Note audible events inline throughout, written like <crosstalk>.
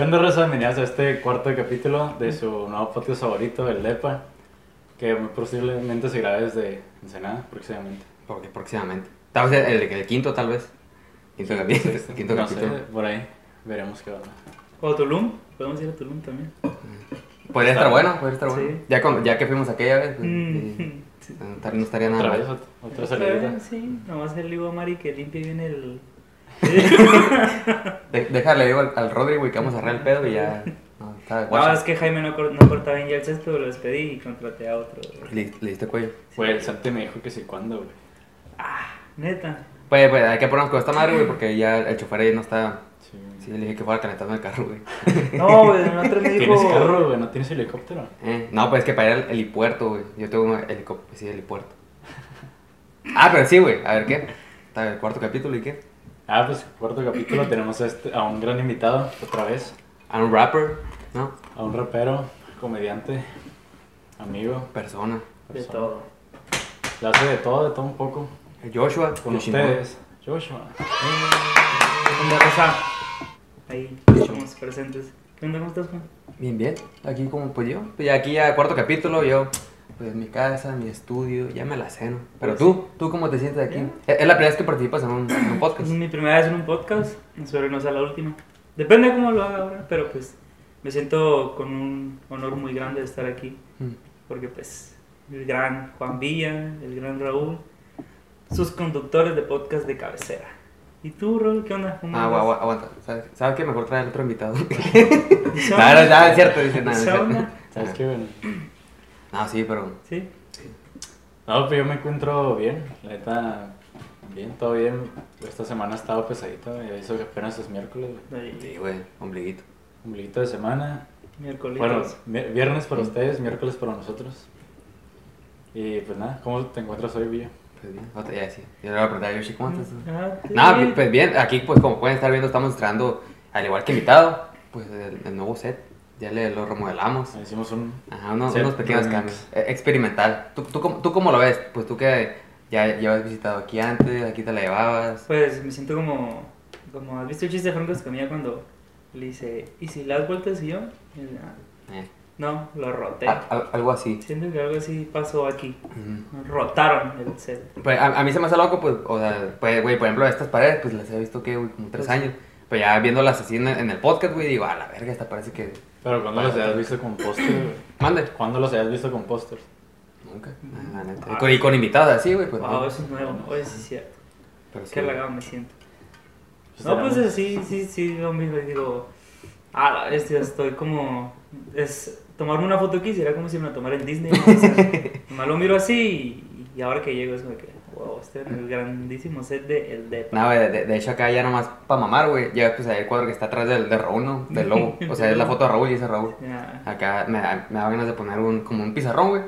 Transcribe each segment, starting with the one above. onda, Rosa? Bienvenidos a este cuarto capítulo de su nuevo podcast favorito, el Lepa, que muy posiblemente se grabe desde Ensenada próximamente. Porque próximamente. Tal vez el, el quinto, tal vez. Quinto capítulo. Quinto no capítulo. Ah, sé, por ahí veremos qué onda. O Tulum, podemos ir a Tulum también. Podría Está estar bueno, podría estar bueno. Sí. Ya, con- ya que fuimos aquella vez, pues, sí, Mm, <laughs> sí. no, estaría- no estaría nada Otra vez, mal. ot- otra Está salida. bien, Sí, nomás le digo a Mari que limpie bien el... De- déjale, digo al, al Rodrigo y que vamos a arreglar el pedo y <laughs> ya. No, está No, Ah, es guacho. que Jaime no, cor- no cortaba bien ya el césped, lo despedí y contraté a otro. güey. Le, le diste cuello. Güey, el Santi me dijo que sí, ¿cuándo, güey? Neta. Pues, pues, hay que ponernos con esta madre, güey, porque ya el chofer ahí no está. Sí. Sí, le dije que fuera calentando el carro, güey. <laughs> No, güey, el <laughs> otro me dijo... ¿Tienes carro, güey? ¿No tienes helicóptero? <laughs> Eh, no, pues es que para ir al helipuerto, güey. Yo tengo un helicóptero, sí, helipuerto. Ah, pero sí, güey. A ver qué. Está el cuarto capítulo y qué. Ah, pues cuarto capítulo tenemos a, este- a un gran invitado, otra vez, A un rapper, ¿no? a un rapero, comediante, amigo, Persona. De persona. todo. Le hace de todo, de todo un poco. Joshua, Con Yoshimura. ustedes, Joshua. Onda Rosa. Ahí, estamos presentes. ¿Qué onda, cómo estás, Juan? Bien, bien. Aquí como pues yo. Pues ya aquí ya cuarto capítulo, yo. Pues mi casa, mi estudio, ya me la ceno. Pero tú, ¿tú cómo te sientes aquí? Bien. Es es la primera vez que participas en un, en un Es podcast. mi primera vez en un podcast, espero no sea la última. Depende de cómo lo haga ahora, pero pues me siento con un honor muy grande de estar aquí, Mm. porque pues el gran Juan Villa, el gran Raúl, sus conductores de podcast de cabecera. ¿Y tú, Raúl, qué onda? ¿Cómo Ah, andas? agua, aguanta. ¿Sabes, ¿Sabes qué? Mejor trae al otro <laughs> invitado. no, ¿Esa no, onda? no, es cierto. Dice, no, no, es ¿Esa cierto. onda? ¿Sabes qué? güey? No, sí, pero. Sí, No, pues yo me encuentro bien, la neta, bien, todo bien. Esta semana ha estado pesadito, ya hizo que apenas es miércoles, güey. Sí, ahí, güey, ombliguito. ombliguito de semana. miércoles. Ah, Bueno, mi- viernes para ustedes, miércoles para nosotros. Y pues nada, ¿cómo te encuentras hoy, Villa? Pues bien, otra, ya sí. Yo le voy a preguntar a Yoshi, ¿cómo estás? tú? Ah, sí. No, pues, pues bien, aquí pues como pueden estar viendo estamos estrenando, al igual que invitado, pues el, el nuevo set, ya le, lo remodelamos. Hicimos un... Ajá, unos, Set unos pequeños remix. cambios. Eh, Experimental. ¿Tú, tú, cómo- ¿Tú cómo lo ves? Pues tú que ya llevas visitado aquí antes, aquí te la llevabas. Pues me siento como. como ¿Has visto el chiste de Franco Escamilla cuando le dice, ¿y si las vueltas y yo? Y él, "Ah, eh, No, lo roté. a- a- algo así. Siento que algo así pasó aquí. Ah. Ujú. Rotaron el set. Pues, a, a mí se me hace loco, pues, o sea, pues, güey, por ejemplo, estas paredes, pues las he visto que, güey, como tres Pues- años. Pero ya viéndolas así en, en el podcast, güey, digo, a la verga, esta parece que. Pero ¿cuándo los habías visto con póster? Mande. ¿Cuándo los habías visto con póster? Nunca. Ah, la neta. Y con, y con invitadas, sí, güey, pues. Mm. wow, no. eso es nuevo. Oye, sí es cierto. Pero sí, Qué güey. halagado me siento. No, pues tenemos- sí, sí, sí, lo mismo. y Digo, ah, la bestia, estoy como. Es tomarme una foto aquí será como si me la tomara en Disney. ¿no? <laughs> O sea, nomás lo miro así y, y ahora que llego es como que, wow, este era el grandísimo set de El Depa. No, güey, de, de hecho acá ya nomás para mamar, güey. Ya pues ahí el cuadro que está atrás del, de Raúl, ¿no? <laughs> Del lobo. O sea, es la foto de Raúl y ese Raúl. Ya, Acá me da, me da ganas de poner un, como un pizarrón, güey.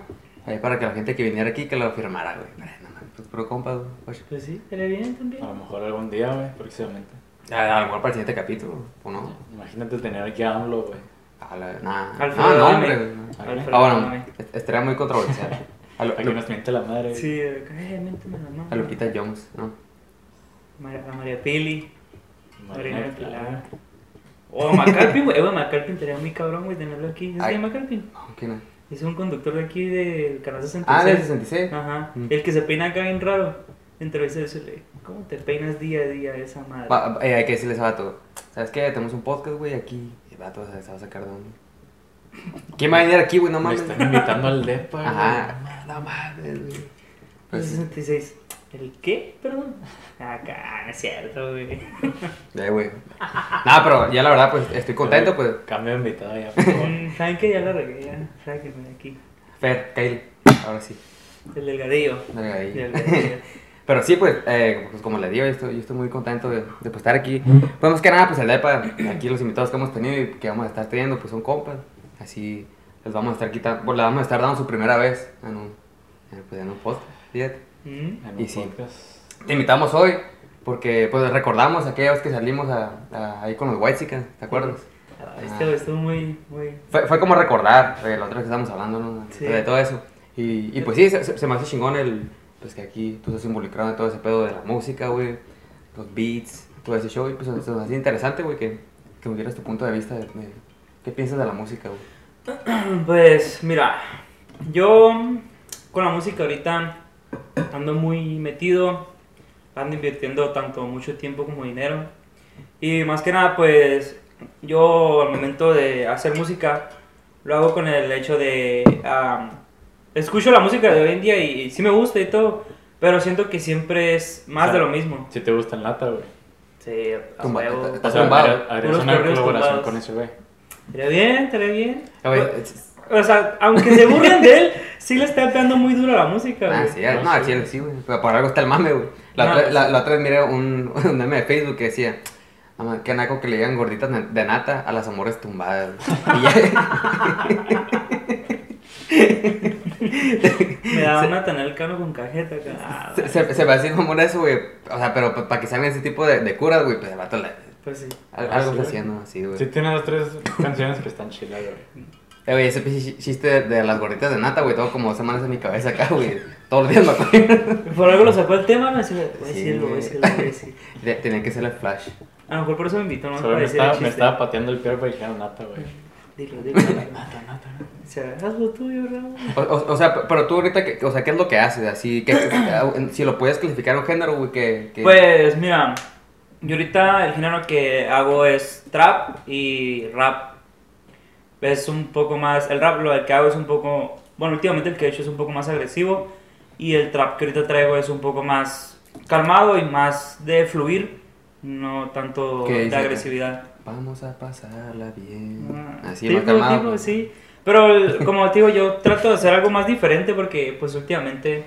Ahí para que la gente que viniera aquí que lo firmara, güey. Pero, no, mames, pues puro compa, güey. Oye, Pues sí, estaría bien también. Ah, A lo mejor algún día, güey, próximamente. A, a lo mejor para el siguiente capítulo, ¿o no? Imagínate tener aquí a AMLO, güey. A la, nah. Alfredo no, no, Adame. hombre. güey, no. Alfredo Ah, bueno, Adame. est- estaría muy controversial. A, Lu- Para que nos miente la madre. güey. Sí, de que, eh, ménteme la mano. a Lupita Jones, ¿no? Mar- a María Pili. Marina Marina Pilar. Pilar. O a McAlpin, güey. Eh, güey, McAlpin estaría muy cabrón, güey, tenerlo aquí. ¿Es Ay. que McAlpin? No, ¿quién es? Es un conductor de aquí del canal 66. Ah, del 66. Ajá. Mm. El que se peina acá bien raro. Entrevista de decirle, ¿cómo te peinas día a día esa madre? Va- eh, hay que decirles a vato. ¿Sabes qué? Tenemos un podcast, güey, aquí. Y vato se, se va a sacar de onda. ¿Quién va a venir aquí, güey? No Me mames. están invitando al depa. güey. Ajá. No mames, güey. El Pues, 66. ¿El qué? Perdón. Acá, no es cierto, <laughs> güey. ya, güey. Nada, pero ya la verdad, pues, estoy contento, pues. Cambio de invitado ya, por favor. Mm, ¿Saben qué? Ya la regué, ya. Sáquenme de aquí. Fer, Kyle. Ahora sí. El delgadillo. dale ahí. <laughs> El delgadillo. Pero sí, pues, eh, pues como les digo, yo estoy, yo estoy muy contento de, de pues, estar aquí. Pues más que nada, pues el DEPA, aquí los invitados que hemos tenido y que vamos a estar teniendo, pues son compas. Así les vamos a estar quitando, bueno, le vamos a estar dando su primera vez en un, en, pues, en un post, fíjate. Mm. En Y un sí. podcast. Te invitamos hoy porque pues recordamos aquella vez que salimos a, a- ahí con los White ¿te acuerdas? Este güey estuvo muy, muy. Fue, fue como recordar, eh, la otra vez que estábamos hablando, ¿no? Sí. De todo eso. Y, y pues sí, se, se- se me hace chingón el, pues que aquí tú estás involucrado en todo ese pedo de la música, güey, los beats, todo ese show, y pues se se me hace interesante, güey, que, que tuvieras tu punto de vista de, de- qué piensas de la música, güey. Pues mira, yo con la música ahorita ando muy metido, ando invirtiendo tanto mucho tiempo como dinero. Y más que nada, pues yo al momento de hacer música lo hago con el hecho de... am, escucho la música de hoy en día y, y sí me gusta y todo, pero siento que siempre es más O sea, de lo mismo. Si te gusta en lata, güey. Sí, a Tumba- huevo. está- O sea, tumbado. harías- harías Puros una correos colaboración tumbados. con ese güey. Estaría bien, estaría bien. Pues, Ah, güey, O- es- O sea, aunque se burlen <laughs> de él, sí le está pegando muy duro a la música, Ah, güey. sí, no, al chile sí, güey. Pero por algo está el mame, güey. La, No, otra- sí. la, la otra vez miré un, <laughs> un meme de Facebook que decía. "No, man, Qué naco que le digan gorditas na- de nata a las amores tumbadas. <laughs> güey". Y ya- Me da una tan el cano con cajeta, acá. Ah, se, se, se me hace como un eso, güey. O sea, pero para que salgan ese tipo de, de curas, güey, pues el vato le- Pues sí. al- Ah, algo sí, está güey. haciendo así, güey. Sí, tiene dos, tres <laughs> canciones que están chilas, güey. Eh, güey, ese pinche chi- chiste de, de las gorditas de nata, güey, todo como dos semanas en mi cabeza acá, güey. <laughs> Todos los días me acuerdo. <laughs> Por algo lo sacó el tema, me decía, voy a Sí, decirlo, voy a güey. decirlo, voy a decirlo. De- Tenía que ser el flash. A lo mejor por eso me invitó, ¿no? Solo Para me decir el estaba, me chiste. estaba pateando el pie para que nata, güey. Dilo, dilo. Nata, nata. O sea, hazlo tuyo, Raúl. O, o- o sea, p- pero tú ahorita, que- o sea, ¿qué es lo que haces? Así que, ah, si lo puedes clasificar un género, güey, que... que- Pues mira, yo ahorita el género que hago es trap y rap. Es un poco más, el rap lo que hago es un poco, bueno, últimamente el que he hecho es un poco más agresivo y el trap que ahorita traigo es un poco más calmado y más de fluir, no tanto ¿Qué de dice acá? agresividad. Vamos a pasarla bien. Ah, Así, tipo, más calmado. tipo, pues. sí. Pero el- como te digo, yo trato de hacer algo más diferente porque pues últimamente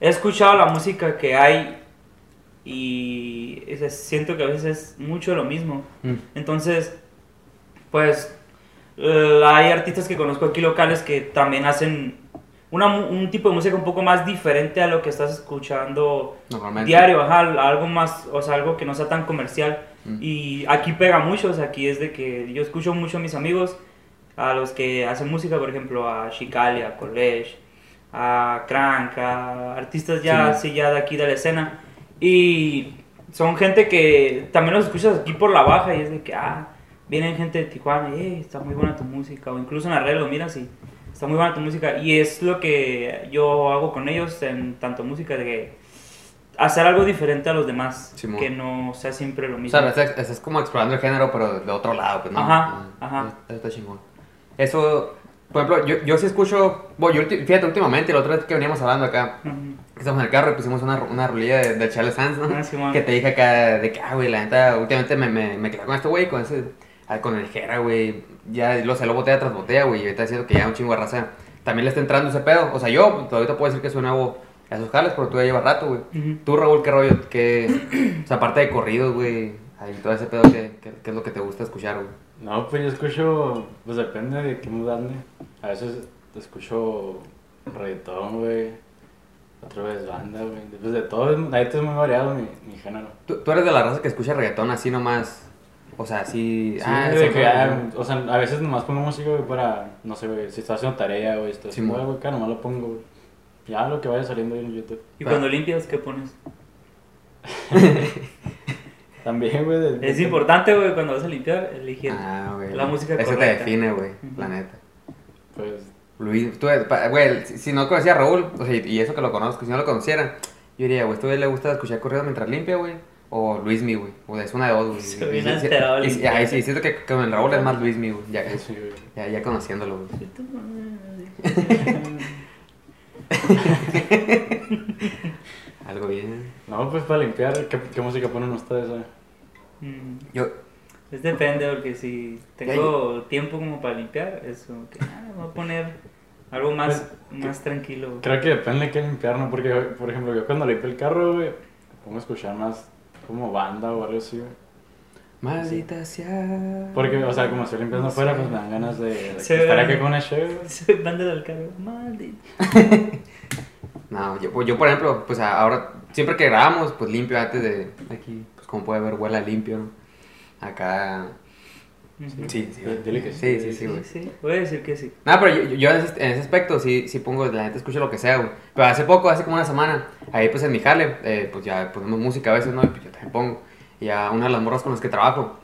he escuchado la música que hay y o sea, siento que a veces es mucho lo mismo. Mm. Entonces, pues eh, hay artistas que conozco aquí locales que también hacen una mu- un tipo de música un poco más diferente a lo que estás escuchando Normalmente. diario, ajá, algo más, o sea, algo que no sea tan comercial. Mm. Y aquí pega mucho, o sea, aquí es de que yo escucho mucho a mis amigos, a los que hacen música, por ejemplo, a Chicali, a College, a Crank, a artistas ya, Sí. sí, ya de aquí de la escena. Y son gente que también los escuchas aquí por la baja y es de que, ah, vienen gente de Tijuana, y, "Ey, está muy buena tu música, o incluso en la red lo miras y está muy buena tu música. Y es lo que yo hago con ellos en tanto música, de que hacer algo diferente a los demás, Simón. que no sea siempre lo O mismo. sea, estás, estás como explorando el género, pero de otro lado, pues, ¿no? Ajá, Ah, ajá. Eso está chingón. Eso, por ejemplo, yo, yo sí escucho... Bueno, yo, ulti- fíjate, últimamente, la otra vez que veníamos hablando acá, Ujú. que estamos en el carro y pusimos una, ru- una rolilla de, de Charles Sands, ¿no? Ah, Simón. que te dije acá de que, ah, güey, la neta, últimamente me, me, me clavé con este güey, con ese... ah, Con el Jera, güey, ya lo se lo botella tras botella, güey, y ahorita siento que ya un chingo de raza también le está entrando ese pedo. O sea, yo ahorita puedo decir que soy nuevo a esos jales, pero tú ya llevas rato, güey. Ujú. Tú, Raúl, ¿qué rollo? ¿Qué... O sea, aparte de corridos, güey, ahí todo ese pedo, ¿qué, qué, qué es lo que te gusta escuchar, güey? No, pues yo escucho, pues depende de qué mudarme. A veces escucho reggaetón, güey. Otra vez banda, güey. Pues de todo, es- la neta es muy variado mi, mi género. ¿Tú, tú eres de la raza que escucha reggaetón así nomás, o sea, así... Sí, ah, de ese que, rollo, ah, o sea, a veces nomás pongo música, güey, para, no sé, güey, si estás haciendo tarea, güey, estás haciendo Simón. algo acá, nomás lo pongo, güey. Ya lo que vaya saliendo ahí en YouTube. Y Ah. cuando limpias, ¿qué pones? También, güey. de- Es importante, güey, cuando vas a limpiar, elegir. Ah, güey. La música Eso te correcta. define, güey, la Ujú. neta. Pues, Luis, tú, pa- güey, si, si no conocía a Raúl, o sea, y- y eso que lo conozco, si no lo conociera, yo diría, güey, ¿este güey le gusta escuchar corridos mientras limpia, güey? O Luismi, güey. O sea, es una de dos, güey. Se Y- viene y- y- alterado y- y- limpiar. Ay, sí, siento que con el Raúl es más Luismi, güey. Ya, pues sí, güey. ya, ya conociéndolo, güey. <laughs> Algo bien. No, pues para limpiar, ¿qué, qué música ponen ustedes, güey? Mm, Yo, Pues depende, porque si tengo tiempo como para limpiar, es como que ah, voy a poner algo más, Pues, más tranquilo. güey. Creo que depende de qué limpiar, ¿no? Porque, por ejemplo, yo cuando limpio el carro, güey, pongo a escuchar más como banda o algo así, güey. maldita sea. Porque, o sea, como estoy limpiando afuera, pues me dan ganas de, de Sí, estar aquí güey. con una cheve, güey. Se <laughs> van del carro, maldito. No, yo, yo, por ejemplo, pues a- ahora, siempre que grabamos, pues limpio antes de aquí, pues como puede ver, huela limpio, ¿no? Acá. Sí, sí, güey. Dile que sí. Sí, sí, sí, güey. Sí, voy a decir que sí. No, pero yo, yo en, ese, en ese aspecto sí, sí pongo, la gente escucha lo que sea, güey. Pero hace poco, hace como una semana, ahí pues en mi jale, eh, pues ya ponemos música a veces, ¿no? Y pues yo también pongo. Y a una de las morras con las que trabajo,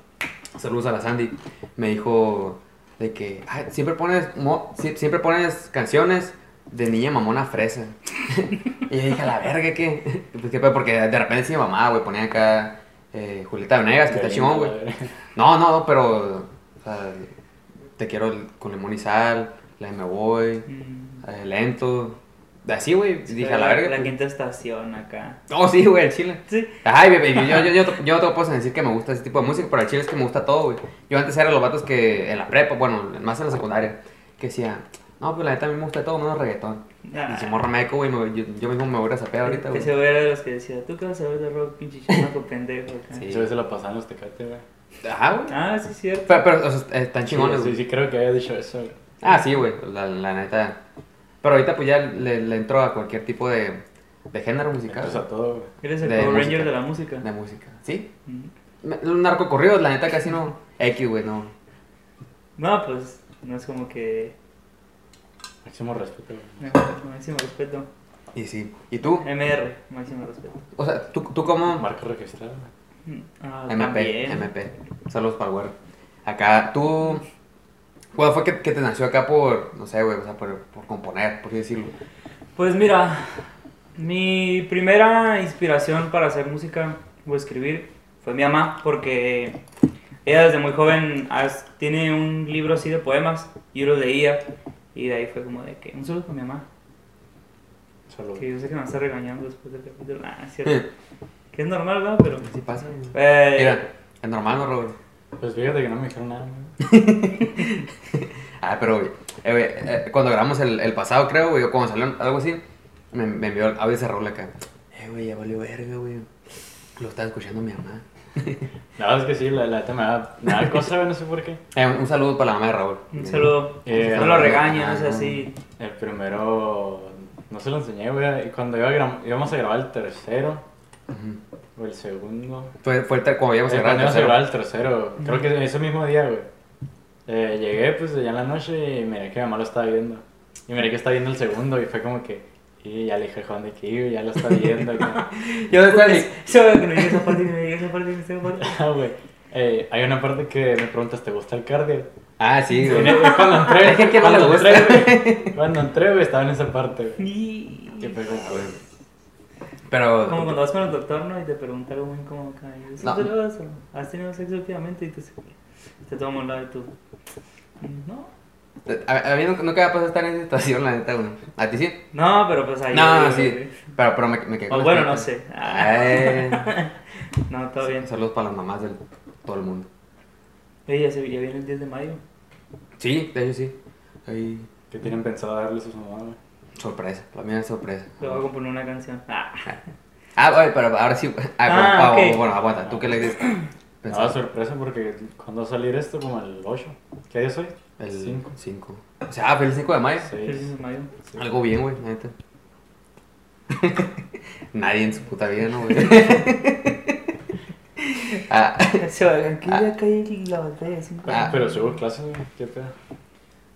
saludos a la Sandy, me dijo de que "Ay, siempre pones mo- sie- siempre pones canciones de niña mamona fresa. <laughs> y yo dije, a la verga, ¿qué? <laughs> Pues, ¿qué pedo? Porque de repente sí mi mamá, güey, ponía acá eh, Julieta Venegas, que está chingón, güey. No, no, no, pero o sea, te quiero el- con limón y sal, la de me voy, Mm. eh, lento. Así, güey, dije a la verga. La pues". quinta estación acá. Oh, sí, güey, el chile. Sí. Ay, baby, yo, yo, yo, yo no te puedo decir que me gusta ese tipo de música, pero el chile es que me gusta todo, güey. Yo antes era de los vatos que en la prepa, bueno, más en la secundaria, que decía, no, pues la neta a mí me gusta todo menos reggaetón. Ah. Y si morro meco, güey, me- yo, yo mismo me voy a sapear ahorita, güey. Ese güey era de los que decía, ¿tú qué vas a ver de rock, pinche chamaco pendejo? acá?" Sí. Muchas veces la pasaban los tecates, güey. Ajá, güey. Ah, sí, cierto. Pero, pero, o sea, están chingones, Sí, güey. sí, creo que había dicho eso, güey. Ah, sí, güey, la, la neta. Pero ahorita pues ya le, le entró a cualquier tipo de, de género musical, Empezó todo, güey. Eres el de Power Ranger música. de la música. de música. ¿Sí? Mm. Me- Un narcocorrido, la neta casi no. X, güey, no. No, pues no es como que. Máximo respeto, güey. no, máximo respeto. Y sí. ¿Y tú? MR, máximo respeto. O sea, ¿tú, tú cómo...? Marca registrada, güey. Ah, MP, también. MP. Saludos para el güero. Acá, tú. ¿Cuándo fue que, que te nació acá por, no sé, güey, o sea, por, por componer, por así decirlo? Pues mira, mi primera inspiración para hacer música o escribir fue mi mamá, porque ella desde muy joven as- tiene un libro así de poemas, y yo lo leía, y de ahí fue como de que un saludo para mi mamá, Solo. que yo sé que me está regañando después del capítulo, ah, es <laughs> cierto, que es normal, ¿verdad? Pero... Así pasa, güey. eh, Mira, es normal, ¿no, Robert? Pues fíjate que no me dijeron nada, güey. Ah, pero, güey, eh, güey, eh, cuando grabamos el, el pasado, creo, güey, o cuando salió algo así, me, me envió el audio ese rola acá. Eh, güey, ya valió verga, güey. Lo estaba escuchando mi mamá. No, es que sí, la la neta me da, me da cosa, güey, no sé por qué. Eh, un, un saludo para la mamá de Raúl. Un saludo, Eh, no lo regañas, o sea, ah, <laughs> sí, El primero, no se lo enseñé, güey. Y cuando iba a gra- íbamos a grabar el tercero, Ujú. o el segundo. Fue, fue el ter- cuando íbamos a Eh, grabar cuando el íbamos a tercero. grabar el tercero, creo que ese mismo día, güey. Eh, llegué, pues, ya en la noche y miré que mi mamá lo estaba viendo. Y miré que estaba viendo el segundo y fue como que... Y ya le dije a Juan de que "Iu, ya lo está <laughs> viendo. acá". Yo estaba en mi- yo veo que no llegué a esa parte, que no llegué a esa parte, que no llegué a <laughs> esa parte, Ah, güey. Eh, hay una parte que me preguntas, ¿te gusta el cardio? Ah, sí, Y güey. cuando <laughs> entré, Es que ¿quién no le cuando, gusta? entré güey, cuando entré, güey, estaba en esa parte, güey. Y- Que fue como, güey, Pero. Como cuando vas con el doctor, ¿no? Y te pregunta algo muy incómodo acá. Y dices, No. "¿Te lo vas a- ¿Has tenido sexo últimamente? Y te, te toma un lado y tú... No. eh, A, a mí nunca, nunca me ha pasado estar en esa situación, la neta, güey. ¿A ti sí? No, pero pues ahí... no, ahí, sí. güey. Pero, pero me, me quedé O con las bueno, no ganas. sé. Ay. No, <laughs> todo bien. Saludos para las mamás de todo el mundo. Ella se ya viene el 10 de mayo. Sí, de hecho sí. Ahí, ¿qué tienen pensado darle a sus mamás, güey? sorpresa. Para mí es sorpresa. Le voy a componer una canción. Ah. Ah, oye, pero ahora sí. Ah, pero- Ah, ah, ok. bueno, aguanta. ¿Tú qué le <clears throat> dices? Nada sorpresa porque cuando va a salir esto, como el 8. ¿Qué día soy? El Cinco. 5. O sea, ah, feliz 5 de mayo. El 10 Sí. de mayo. <laughs> Algo bien, güey, la neta. <laughs> Nadie en su puta vida, ¿no, güey? <laughs> ah, Se va a ya caí la batalla. así. Pero, Ah. pero si hubo clases, güey, ¿qué pedo?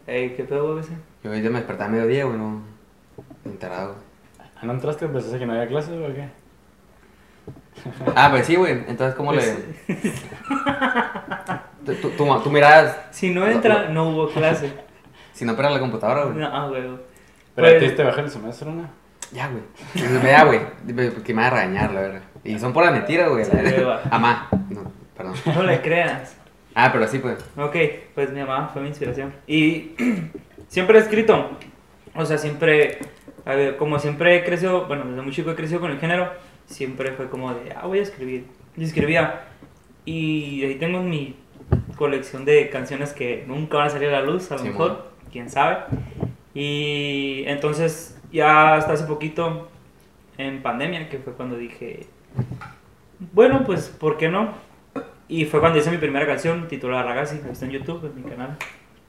Ey, ¿qué pedo, güey? ese? yo hoy día me desperté a mediodía, güey, no. Enterado, güey. Ah, ¿No entraste? ¿Pensaste que no había clases o qué? Ah, pues sí, güey. Entonces, ¿cómo Pues, <laughs> le...? tú, tú, tú, tú mirabas Si no entra, no hubo clase. si no operas la computadora, güey. No, ah, güey. Pero Pues- a ti te bajó el semestre, ¿no? Ya, güey. Me da, güey. Dime, Que me va a regañar, la verdad. Y son por la mentira, güey. Sí, la verdad. güey, va. Amá. No, perdón. No le creas. Ah, pero sí, pues. Ok, pues mi mamá fue mi inspiración. Y siempre he escrito. O sea, siempre, a ver, como siempre he crecido, bueno, desde muy chico he crecido con el género, siempre fue como de, ah, voy a escribir. Y escribía. Y ahí tengo mi colección de canciones que nunca van a salir a la luz, a lo Sí, mejor, bueno. quién sabe. Y entonces, ya hasta hace poquito, en pandemia, que fue cuando dije, bueno, pues, ¿por qué no? Y fue cuando hice mi primera canción titulada Ragazzi, que está en YouTube, en mi canal.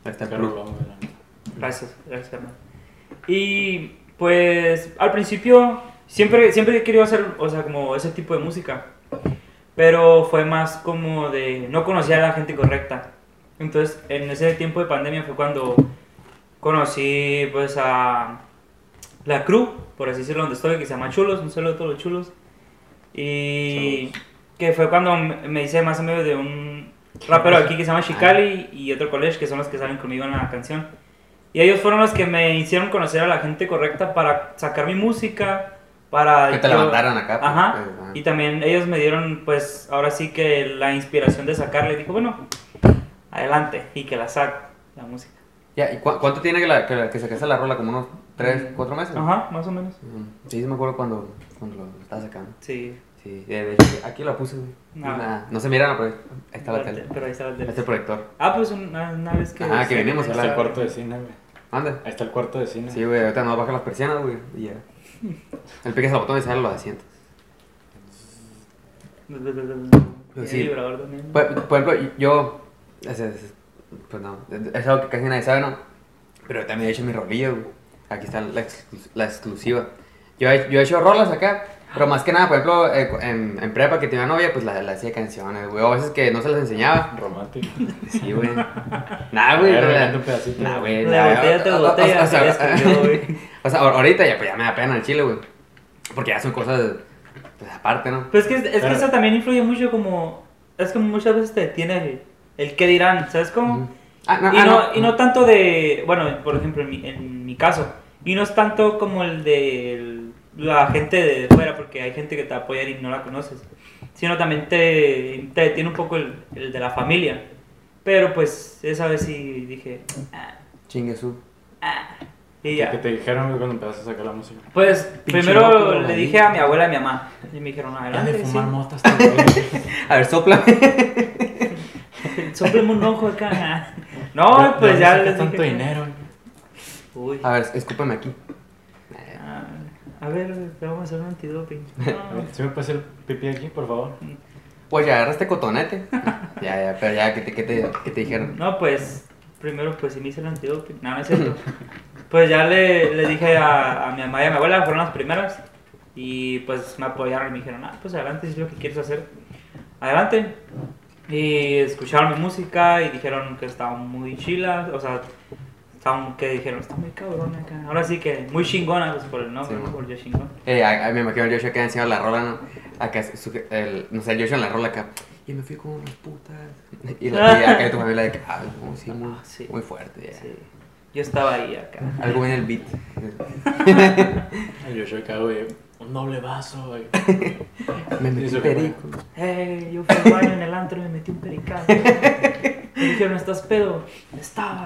Ahí está Pues el Qué club. rolón, güey, la neta. Gracias, gracias, hermano. Y pues al principio siempre, siempre he querido hacer, o sea, como ese tipo de música, pero fue más como de no conocía a la gente correcta. Entonces, en ese tiempo de pandemia fue cuando conocí pues a la crew, por así decirlo, donde estoy, que se llama Chulos, un saludo a todos los chulos. Y que fue cuando me me hice más amigo de un rapero aquí que se llama Shikali y otro college que son los que salen conmigo en la canción. Y ellos fueron los que me hicieron conocer a la gente correcta para sacar mi música, para... Que te yo- levantaran acá. pues, Ajá. pues, ajá. Y también ellos me dieron, pues, ahora sí que la inspiración de sacarla. Y dijo, bueno, adelante. Y que la saque, la música. Ya, ¿y cu- cuánto tiene que, la, que, la- que sacaste la rola? ¿Como unos 3, 4 meses? Mm. Ajá, más o menos. Mm, Sí, sí me acuerdo cuando, cuando lo, lo estaba sacando. Sí. Sí, eh, de hecho, aquí lo puse, güey. No. Nah, no se mira, pero ahí está la tele. Pero ahí está la Ahí tele. está el proyector. Ah, pues una, una vez que... Ajá, que vinimos a Ahí hablar está el del cuarto de cine, güey. Anda. Ahí está el cuarto de cine. Sí, güey, ahorita no baja las persianas, güey. Y ya. El pique al botón y sale los asientos. Tiene Pues Sí. vibrador también. Por, por ejemplo, yo. es- es- pues no, es algo que casi nadie sabe, ¿no? Pero también he hecho mis rolillas, güey. Aquí está la, exclu- la exclusiva. Yo he, yo he hecho rolas acá, pero más que nada, por ejemplo, eh, cu- en, en prepa que tenía novia, pues la, la hacía canciones, güey. O a veces que no se las enseñaba. Romántico. Sí, güey. Nah, Ah, güey. A ver, pues. no, regálate la- un pedacito. Nah, güey. De nah, botella te o- o- botella, O, sea, así es que yo, güey. <laughs> o sea, ahor- ahorita ya, pues, ya me da pena el chile, güey. Porque ya son cosas pues, aparte, ¿no? Pero es que, es que Claro. eso también influye mucho como... Es como muchas veces te detiene el, el qué dirán, ¿sabes cómo? Ujú. Ah, y, ah, no, y no tanto de, bueno, por ejemplo, en mi, en mi caso, y no es tanto como el de el- la gente de fuera, porque hay gente que te apoya y no la conoces, sino también te, te detiene un poco el, el de la familia. Pero pues esa vez sí dije, ah, Chingue su. y ¿Qué, ya. qué te dijeron güey, cuando empezaste a sacar la música? Pues Pinche primero loco, le la dije a mi abuela y a mi mamá, y me dijeron, Ya de adelante, fumar <laughs> motas también. A ver, sopla. <laughs> sí, sópleme un ojo acá. No, pues ya, le les dije tanto que- dinero. Uy. A ver, escúpame aquí. Ah, A ver, vamos a hacer un antidoping. No. ¿Sí me puedes hacer pipí aquí, por favor? Pues ya agarraste cotonete. <laughs> ya, ya, pero ya, ¿qué te, qué te, qué te dijeron? No, pues, primero pues sí me hice el antidoping. No, no es cierto. pues ya le, le dije a, a mi mamá y a mi abuela, fueron las primeras. Y pues me apoyaron y me dijeron, ah, pues adelante, si es lo que quieres hacer, adelante. Y escucharon mi música y dijeron que estaba muy chila, o sea, estaban, que dijeron, está muy cabrona acá. Ahora sí que muy chingona, pues por el nombre, Sí. ¿no? por yo chingón. Eh, a- a- me imagino el Joshua que ha enseñado la rola, ¿no? Acá, su- el, no sé, el Joshua en la rola acá. Y me fui con unas putas. Y, la, y acá tu familia de que, ah, no, sí, muy, Ah, sí. muy fuerte. ya. Sí. Yo estaba ahí acá. Algo en el beat. Yo yo acá, güey. Un doble vaso, güey. Me metí Eso un que perico. Hey, yo fui al baño en el antro y me metí un <laughs> pericazo. Me dijeron, ¿estás pedo? Estaba.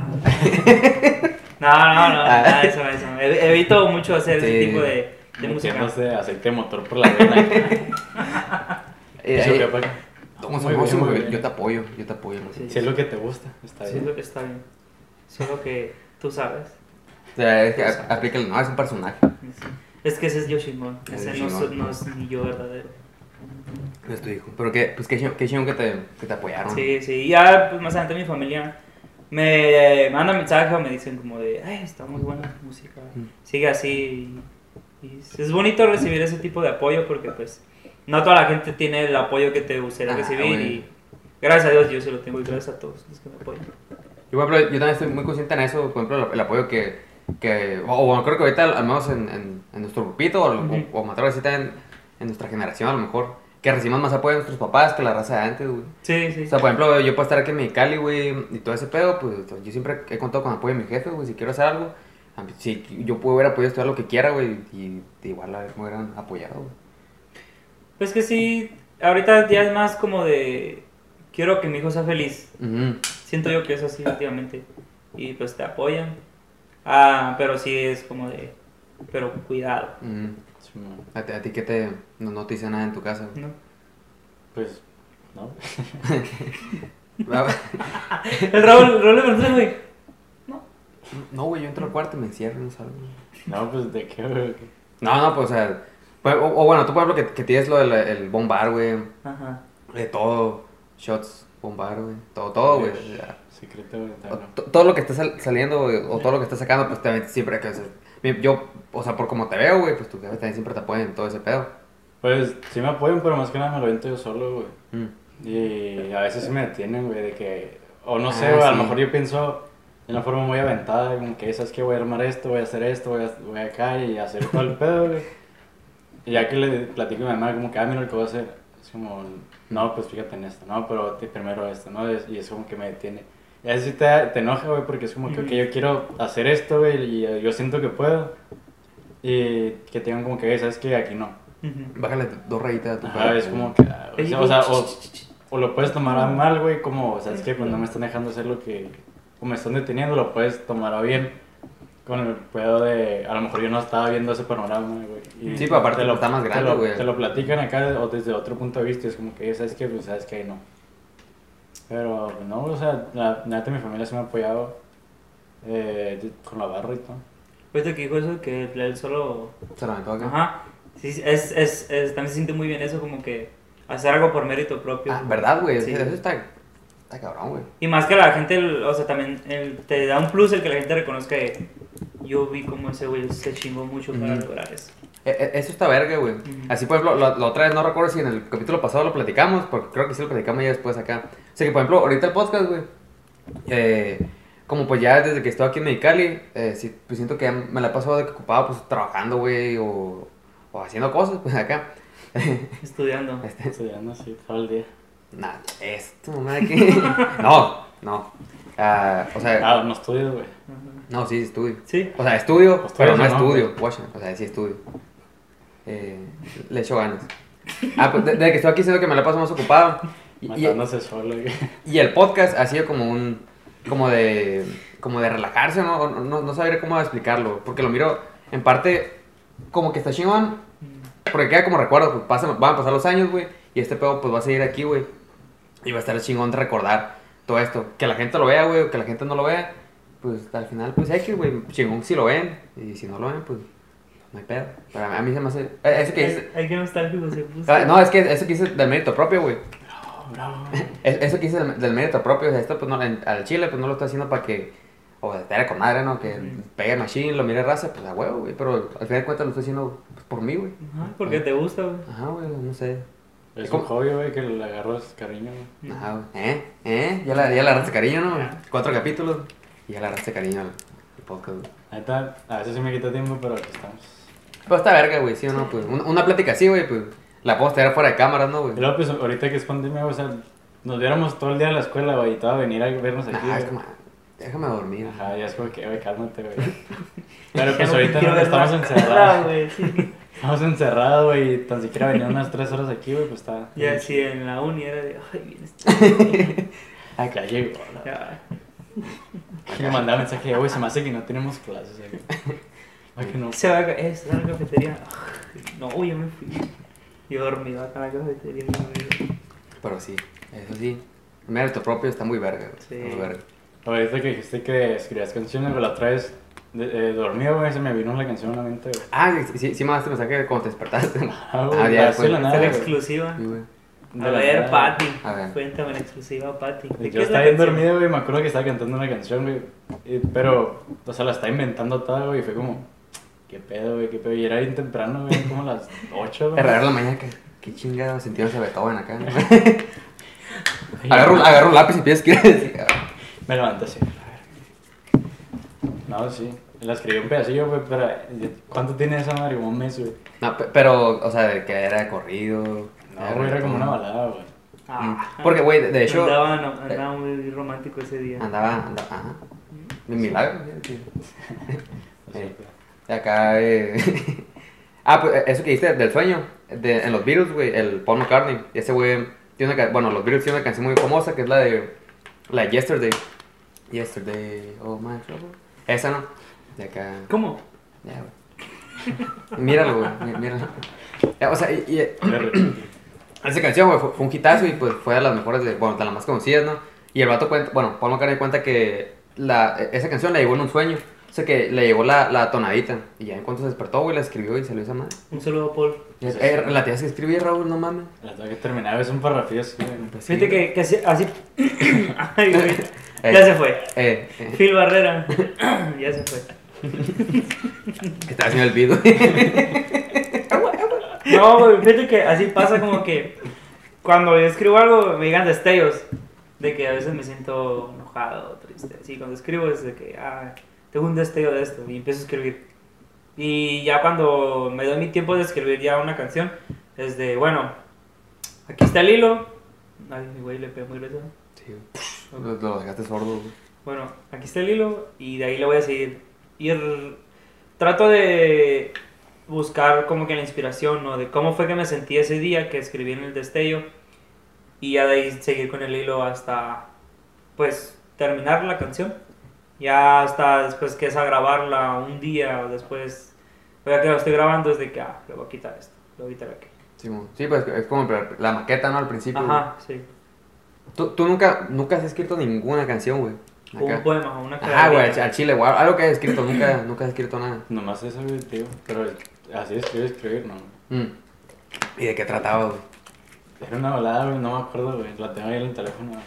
No, no, no, nada de eso, eso. Ev- Evito mucho hacer ese Ah. Sí. tipo de, de música. Metiéndose aceite de motor por la <laughs> vena. Eh, Eso eh, que apaga. somos Muy famosos, bien, muy güey, bien. Yo te apoyo, yo te apoyo. güey. Sí. Si es lo que te gusta, está Sí, es bien. lo que está bien. Solo que tú sabes. O sea, es que a- aplícale, no, es un personaje. Es que ese es yo chingón. Es Ese yo no, so- chingón. no es ni yo verdadero. No es tu hijo. Pero que, pues qué chingón qué chingón que te, que te apoyaron. Sí, sí. Y ya pues, más adelante mi familia me manda mensajes o me dicen como de, ay, está muy buena tu música. Mm. Sigue así. Y, y es bonito recibir ese tipo de apoyo porque pues no toda la gente tiene el apoyo que te gustaría Ah, recibir güey. y gracias a Dios yo se lo tengo y gracias a todos los que me apoyan. Yo, por ejemplo, yo también estoy muy consciente en eso, por ejemplo, el, el apoyo que, que o o bueno, creo que ahorita, al menos en, en, en nuestro grupito, o, Ujú. o, o me atrevo a decir también en nuestra generación, a lo mejor, que recibimos más apoyo de nuestros papás que la raza de antes, güey. Sí, sí. O sea, pues por ejemplo, yo para estar aquí en mi Cali, güey, y todo ese pedo, pues yo siempre he contado con apoyo de mi jefe, güey, si quiero hacer algo, a mí- si yo puedo haber apoyado estudiar lo que quiera, güey, y y igual a- me hubieran apoyado, güey. Pues que sí, ahorita ya es más como de, quiero que mi hijo sea feliz. Ujú. Siento yo que es así últimamente. Y pues te apoyan. Ah, pero sí es como de, pero cuidado. Ujú. Simón. ¿A, ti- a ti qué te, no, no te dice nada en tu casa, güey? ¿no? <laughs> Pues, ¿no? El Raúl, el Raúl le preguntó, güey. <laughs> No, güey, yo entro al cuarto y me encierro, no salgo, güey. No, pues de qué, güey. No, no, pues, o sea, pues, o, o bueno, tú, por ejemplo, que, que tienes lo del el bombar, güey, Ajá. de todo, shots, bombar, güey, todo, todo, Oh, güey. o sea, Secreto, güey. o no. to- Todo lo que está sal- saliendo güey, o todo lo que está sacando, pues también siempre que. o sea, mi- yo, o sea, por como te veo, güey, pues tus jefes también siempre te apoyan en todo ese pedo. Pues sí me apoyan, pero más que nada me lo invento yo solo, güey. Mm. Y a veces sí me detienen, güey, de que... O no sé, Ah, güey, a lo sí. mejor yo pienso de una forma muy aventada, como que, ¿sabes qué? Voy a armar esto, voy a hacer esto, voy, a, voy acá y hacer todo el pedo, güey. Y ya que le platico a mi mamá, como que, ah, mira lo que voy a hacer. Es como, no, pues fíjate en esto, no, pero te- primero esto, ¿no? Es- y es como que me detiene. Y así te, te enoja, güey, porque es como que, ok, Ujú. yo quiero hacer esto, güey, y eh, yo siento que puedo. Y que tengan como que, "Ey, ¿sabes qué? Aquí no. Ujú. Bájale dos rayitas a tu Ajá, perro. es como que, ah, o sea, o, sea, o- o lo puedes tomar a mal, güey, como, ¿sabes qué? Este. Pues no me están dejando hacer lo que, o me están deteniendo, lo puedes tomar a bien. Con el pedo de, a lo mejor yo no estaba viendo ese panorama, güey. y Sí, pero aparte te está más te grande, lo- güey. Te lo platican acá o desde otro punto de vista, y es como que, ¿sabes qué? Pues sabes que ahí no. Pero, pues, no, o sea, la neta mi familia se me ha apoyado eh, de- con la barra <laughs> y todo. Ahorita que dijo eso, que él solo Se lo meto acá. Ajá. Sí, sí, es, es, es- también se siente muy bien eso, como que hacer algo por mérito propio. Ah, ¿verdad, güey? Sí. Eso está, está cabrón, güey. Y más que la gente, el- o sea, también el- te da un plus el que la gente reconozca que yo vi como ese güey se chingó mucho para Ujú. lograr eso. E- e- Eso está verga, güey. Así, por ejemplo, la, la otra vez no recuerdo si en el capítulo pasado lo platicamos, porque creo que sí lo platicamos ya después acá. O sea, que por ejemplo, ahorita el podcast, güey. eh, como pues ya desde que estoy aquí en Mexicali, eh, sí, pues siento que ya me la paso de que ocupado pues trabajando, güey, o, o haciendo cosas, pues acá. Estudiando. Estudiando así todo el día. Nah, esto, madre que. <laughs> no, no. Ah, o sea, Ah, no estudias, güey. Ajá. no, sí, estudio. Sí. O sea, estudio, Pues tú pero eres no un hombre. estudio, guacha, O sea, sí estudio. Eh, le echo ganas. Ah, pues de- desde que estoy aquí siento que me la paso más ocupado. Y, y- Matándose <laughs> solo, güey. y el podcast ha sido como un... Como de... Como de relajarse, ¿no? O No, no saber cómo explicarlo. Porque lo miro, en parte, como que está chingón. Porque queda como recuerdo. Pues pasan- van a pasar los años, güey. Y este pedo, pues, va a seguir aquí, güey. Y va a estar chingón de recordar todo esto. Que la gente lo vea, güey. O que la gente no lo vea. Pues, al final, pues, hay que, güey. Chingón si lo ven. Y si no lo ven, pues... No hay pedo. Pero a mí se me hace... eh, Eso que dices... Hay que nostálgico se puso. ah, No, es que eso que dices del mérito propio, güey. Oh, bravo. Es- Eso que dice del, del mérito propio, o sea, esto pues no, en- al chile pues no lo está haciendo para que, o sea, estar con madre, ¿no? Que Ujú. pegue machine, lo mire raza, pues a huevo, güey, pero al final de cuentas lo estoy haciendo pues, por mí, güey. Ajá, porque te gusta, güey. Ajá, güey, no sé. Es ¿Cómo? un hobby, güey, que le agarras cariño, güey. Ajá, güey. ¿Eh? ¿Eh? Ya la, ya la agarraste cariño, ¿no? Cuatro capítulos y ya la agarraste cariño al al podcast, güey. La Neta, a veces sí me quita tiempo, pero aquí estamos. Pero está verga, güey, sí o no, pues una, una plática así, güey, pues la puedo tener fuera de cámara, ¿no, Y güey? luego, pues, ahorita que es pandemia, o sea, nos viéramos todo el día a la escuela, güey, y todo a venir a vernos aquí. Nah, es como, güey. déjame dormir. Ajá, ya es como que, güey, cálmate, <laughs> güey. Pero pues Ya no ahorita no, quiero ver estamos la cara, encerrados. güey, sí. Estamos encerrados, güey, y tan siquiera venir unas tres horas aquí, güey, pues está. Ya, sí, en la uni era de, ay, vienes. <laughs> Ah, que ya llegó. la- Ya. Y me mandaba mensaje, güey, se me hace que no tenemos clases, güey. <laughs> Ay, que no. Se va a, ca- eh, se va a la cafetería. No, yo me fui. Yo dormido acá en la cafetería. güey. Pero sí, eso sí, el mérito propio está muy verga, güey. Sí. está muy verga. Ahorita que dijiste que escribías canciones, güey, la traes de, eh, dormido, güey, se me vino la canción a la mente, güey. Ah, sí, sí, sí mandaste mensaje cuando te <laughs> despertaste. Ah, güey, así de la Esta nada, es güey. la exclusiva. Sí, güey. De Mm, A la ver, nada. Patty. A ver. Cuéntame la exclusiva, Patty. ¿De qué Yo es la estaba bien canción? dormido, güey, me acuerdo que estaba cantando una canción, güey. y- Pero, o sea, la estaba inventando toda, güey, y fue como, qué pedo, güey, qué pedo. Y era bien temprano, güey, como a las 8, güey. Te regaló la mañana que. Qué chingado sentido ese Beethoven acá. ¿no? <laughs> agarro, un, agarro un lápiz y piensas que. Me levanté así. a ver. No, sí. La escribí un pedacillo, güey, pero eh, ¿cuánto tiene esa madre? Como un mes, güey. No, pe- pero, o sea, de que era de corrido. No, güey, era como una balada, güey. Ah. Mm, Porque, güey, de- de hecho- Andaba, no- andaba muy romántico ese día. Andaba, andaba. Ajá. Mi milagro. mira, tío. Así, Eh. güey. De acá, eh. <laughs> ah, pues eh, eso que dijiste del sueño. de- en los Beatles, güey, el Paul McCartney. Ese güey tiene una. ca- Bueno, los Beatles tienen una canción muy famosa que es la de. La de Yesterday. Yesterday, oh my trouble. Esa, ¿no? De acá. ¿Cómo? Ya, güey. Míralo, güey. mí- Míralo. Ya, o sea, y, y- Le repetí. esa canción, güey, fue, fue un hitazo y pues fue de las mejores, de, bueno, de las más conocidas, ¿no? Y el vato cuenta, bueno, Paul McCartney cuenta que la, e, esa canción la llegó en un sueño. O sea, que le llegó la, la tonadita. Y ya en cuanto se despertó, güey, la escribió y se lo hizo madre. Un saludo a Paul. Eh, eh, la tienes que escribir, Raúl, no mames. La tengo que terminar, es un parrafillo así, güey. Pues sí, Fíjate güey. que, que así. <laughs> así... <laughs> Ay, güey. Ey. Ya se fue. Eh, eh, <laughs> Phil Barrera. ya se fue. que estaba haciendo el beat, güey. No, güey, fíjate que así pasa como que cuando yo escribo algo me llegan destellos de que a veces me siento enojado, triste. Sí, cuando escribo es de que ah, tengo un destello de esto y empiezo a escribir. Y ya cuando me doy mi tiempo de escribir ya una canción, es de, bueno, Aquí está el hilo. Ay, mi güey le pegó muy grueso. <laughs> Sí, güey. Lo, lo dejaste sordo, güey. Bueno, aquí está el hilo y de ahí le voy a seguir. Y el- trato de buscar como que la inspiración, ¿no? De cómo fue que me sentí ese día que escribí en el destello. Y ya de ahí seguir con el hilo hasta, pues, terminar la canción. Ya hasta después que es a grabarla un día o después, o ya que lo estoy grabando es de que, ah, le voy a quitar esto, le voy a quitar aquello. Sí, mo- sí, pues es como la la maqueta, ¿no? Al principio. güey. Ajá, sí. Tú, tú nunca, nunca has escrito ninguna canción, güey. O un Acá. poema, o una Ajá, güey, al cadenita. al chile, güey. Algo que has escrito, nunca, nunca has escrito nada. Nomás eso, güey, tío. Pero así escribir, escribir, no. Mm. ¿Y de qué trataba, güey? Era una balada, güey, no me acuerdo, güey. La tengo ahí en el teléfono. güey.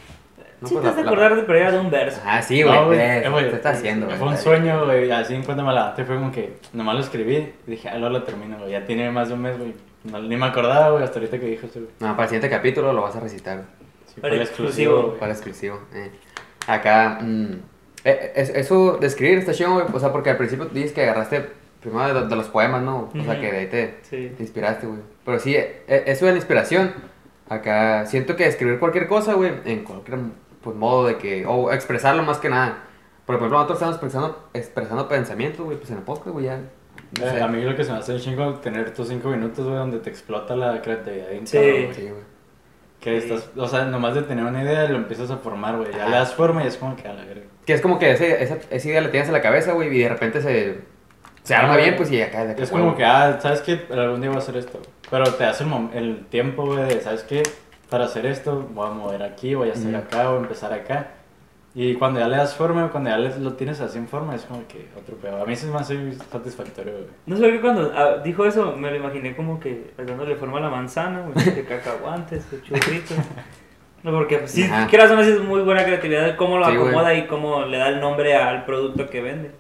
No, Sí, pues, te has de la- acordar de pero era de un verso. Ah, sí, No, güey. eh, ves, güey, te está haciendo, güey. Fue un está- sueño, güey. Así en cuanto me la levanté fue como que nomás lo escribí. y Dije, ah, no lo termino, güey. Ya tiene más de un mes, güey. No- ni me acordaba, güey, hasta ahorita que dije eso, güey. No, para el siguiente capítulo lo vas a recitar, güey. Sí, Para fue el exclusivo. exclusivo, güey. Para el exclusivo. eh. Acá, mm, eh, es- eso de escribir está chido, güey. O sea, porque al principio dices que agarraste primero de, de los poemas, ¿no? O sea, Ujú. que de ahí te, Sí. te inspiraste, güey. Pero sí, eh, eh, eso de la inspiración. Acá, siento que escribir cualquier cosa, güey, en cualquier pues, modo de que. O expresarlo más que nada. Por ejemplo, nosotros estamos expresando, expresando pensamientos, güey, pues en el podcast, güey, ya. no Eh, sé. A mí lo que se me hace un chingo tener tus cinco minutos, güey, donde te explota la creatividad. bien Sí. cabrón, güey. Sí, güey. Que Sí. estás, o sea, nomás de tener una idea lo empiezas a formar, güey. Ya le das forma y es como que a la verga. Que es como que ese- esa, esa idea la tienes en la cabeza, güey, y de repente se, se arma bien, pues, y acá... de acá, Es como güey. que, ah, ¿sabes qué? Algún día voy a hacer esto. güey. Pero te hace el, mom- el tiempo, güey, de, ¿sabes qué? Para hacer esto, voy a mover aquí, voy a hacer Ujú. acá, voy a empezar acá. Y cuando ya le das forma, cuando ya le- lo tienes así en forma, es como que otro pedo. A mí se me hace satisfactorio, güey. No sé por qué cuando ah, dijo eso me lo imaginé como que dándole forma a la manzana, güey, que cacahuantes, que churritos. No, porque pues, sí, Ajá. quieras o no, sí es muy buena creatividad de cómo lo Sí, güey. acomoda y cómo le da el nombre al producto que vende.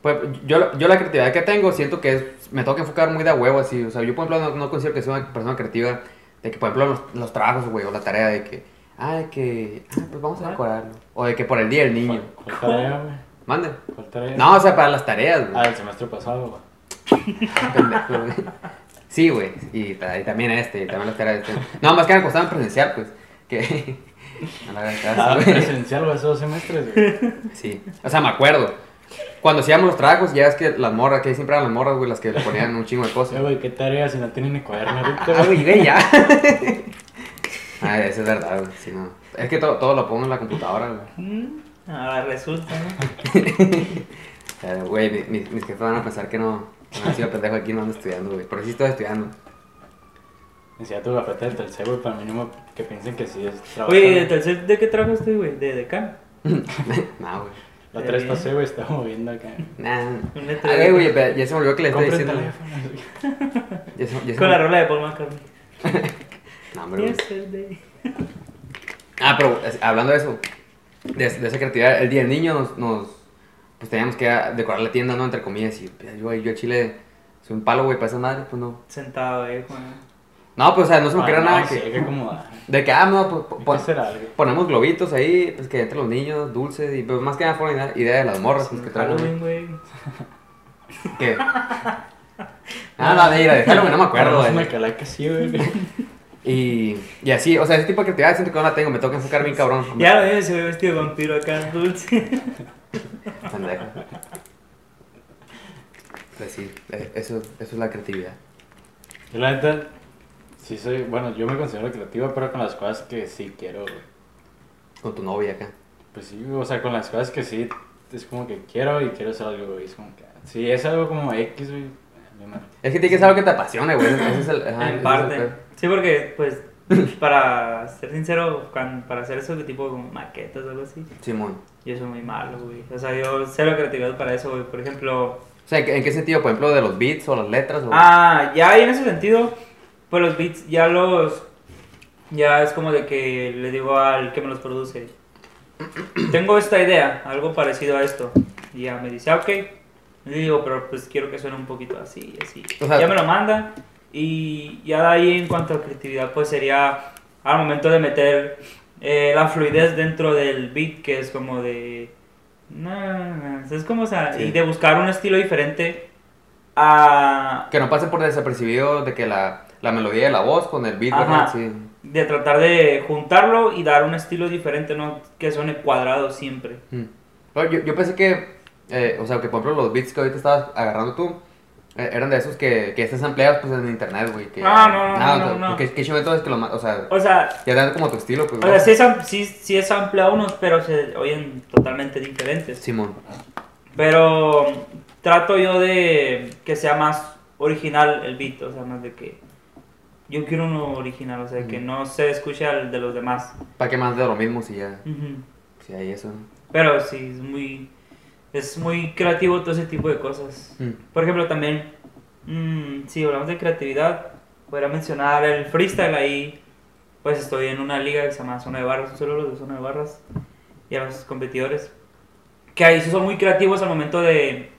Pues, yo, yo la creatividad que tengo siento que es, me tengo que enfocar muy de a huevo, así. O sea, yo, por ejemplo, no, no considero que soy una persona creativa de que, por ejemplo, los, los trabajos, güey, o la tarea de que... Ah, de que... Ah, pues vamos a decorarlo. O de que por el día del niño. ¿Cuál, cuál tarea, güey? Mande. ¿Cuál tarea? No, o sea, para las tareas, Ah, güey. el semestre pasado, güey. Pendejo, güey. Sí, güey. Y, ta- y también este, y también las tareas de este. No, más que nada costaban presencial, pues. Que... <laughs> A la verga, Ah, güey. presencial, güey, esos semestres, güey. Sí, o sea, me acuerdo. Cuando hacíamos los tragos, ya es que las morras, que siempre eran las morras, güey, las que le ponían un chingo de Sí, cosas. güey, ¿qué tarea si no tienen ni cuaderno Ah, ahorita, güey? güey, ve ya. <laughs> Ay, eso es verdad, güey. sí, no. Es que todo, todo lo pongo en la computadora, güey. Mm, ahora resulta, ¿no? O sea, Güey, mi- mis, mis jefes van a pensar que no, que no he sido pendejo aquí, no ando estudiando, güey. Pero sí estoy estudiando. <laughs> Decía tu gafeta del tercer, güey, para mínimo que piensen que sí es trabajo. Oye, ¿de güey. tercer- de qué trabajo estoy, güey? De Decan. no, güey. La otra vez Eh. pasé, güey, estaba moviendo acá. Nah. Un letrero. A ver, güey, pero ya se me olvidó que le estoy Compré el diciendo. teléfono. Ya se- ya se Con me- la rola de Paul McCartney. No, hombre, güey. Yesterday. Ah, pero es- hablando de eso, de, de esa creatividad, el día del niño nos, nos- pues teníamos que decorar la tienda, ¿no? Entre comillas, y pues, yo, yo a Chile soy un palo, güey, para esa madre, pues no. Sentado, eh, Juan. No, pues o sea, no se me ocurrió Ah, nada no, sí, que, hay que acomodar. de que, ah, no, pues, po- Hay que pon- hacer algo. ponemos globitos ahí, pues que entre los niños, dulces, y pues más que nada fue una idea de las morras, pues que traen. Halloween, güey. ¿Qué? Ah, no, mira, de Halloween, no me acuerdo, eh. Es güey. una calaca así, güey. Y, y así, o sea, ese tipo de creatividad siento que no la tengo, me tengo que enfocar bien cabrón. Ya lo vi, se ve vestido de vampiro acá, dulce. Pendejo. Pues sí, eh, eso, eso es la creatividad. Yo <laughs> la neta, sí soy, bueno, yo me considero creativo, pero con las cosas que sí quiero, güey. Con tu novia acá. Pues sí, o sea, con las cosas que sí, es como que quiero y quiero hacer algo, güey. Es como que, si es algo como X, güey, a mí me- Es que tiene que ser algo que te apasione, güey. Ese es el, ajá, ese es en el parte. pedo. Sí, porque, pues, para ser sincero, cuan- para hacer eso de tipo como maquetas o algo así, Simón. yo soy muy malo, güey. O sea, yo cero creatividad para eso, güey. Por ejemplo, O sea, ¿en qué, en qué sentido? Por ejemplo, de los beats o las letras. O... ah, ya en ese sentido, pues los beats ya los. Ya es como de que le digo al que me los produce. <clears throat> Tengo esta idea, algo parecido a esto. Y ya me dice, "Ah, ok. Le digo, pero pues quiero que suene un poquito así, así. O sea- ya me lo manda. Y ya de ahí, en cuanto a creatividad, pues sería al momento de meter eh, la fluidez dentro del beat, que es como de. No, no, no, no, Es como, o sea, Sí. y de buscar un estilo diferente a, Que no pase por desapercibido de que la, la melodía de la voz con el beat, Ajá. ¿verdad? Sí. de tratar de juntarlo y dar un estilo diferente, no que suene cuadrado siempre. Mm. Pero Yo, yo pensé que, eh, o sea, que por ejemplo los beats que ahorita estabas agarrando tú eh, eran de esos que, que están ampliados pues, en internet, güey. Que, Ah, no, no, nada, no, o sea, no, no. Que, que chido entonces que lo ma- o sea, O sea, ya dan como tu estilo, pues. o sea, ¿no? sí, es, am- sí, sí es ampliado unos, pero se oyen totalmente diferentes. Simón. Pero trato yo de que sea más original el beat, o sea, más de que yo quiero uno original, o sea, que no se escuche al de los demás. ¿Para qué más de lo mismo si ya Ujú. si hay eso? ¿no? Pero sí, es muy, es muy creativo todo ese tipo de cosas. Mm. Por ejemplo, también, mm, si hablamos de creatividad, podría mencionar el freestyle ahí. Pues estoy en una liga que se llama Zona de Barras, solo los de Zona de Barras y a los competidores. Que ahí sí son muy creativos al momento de,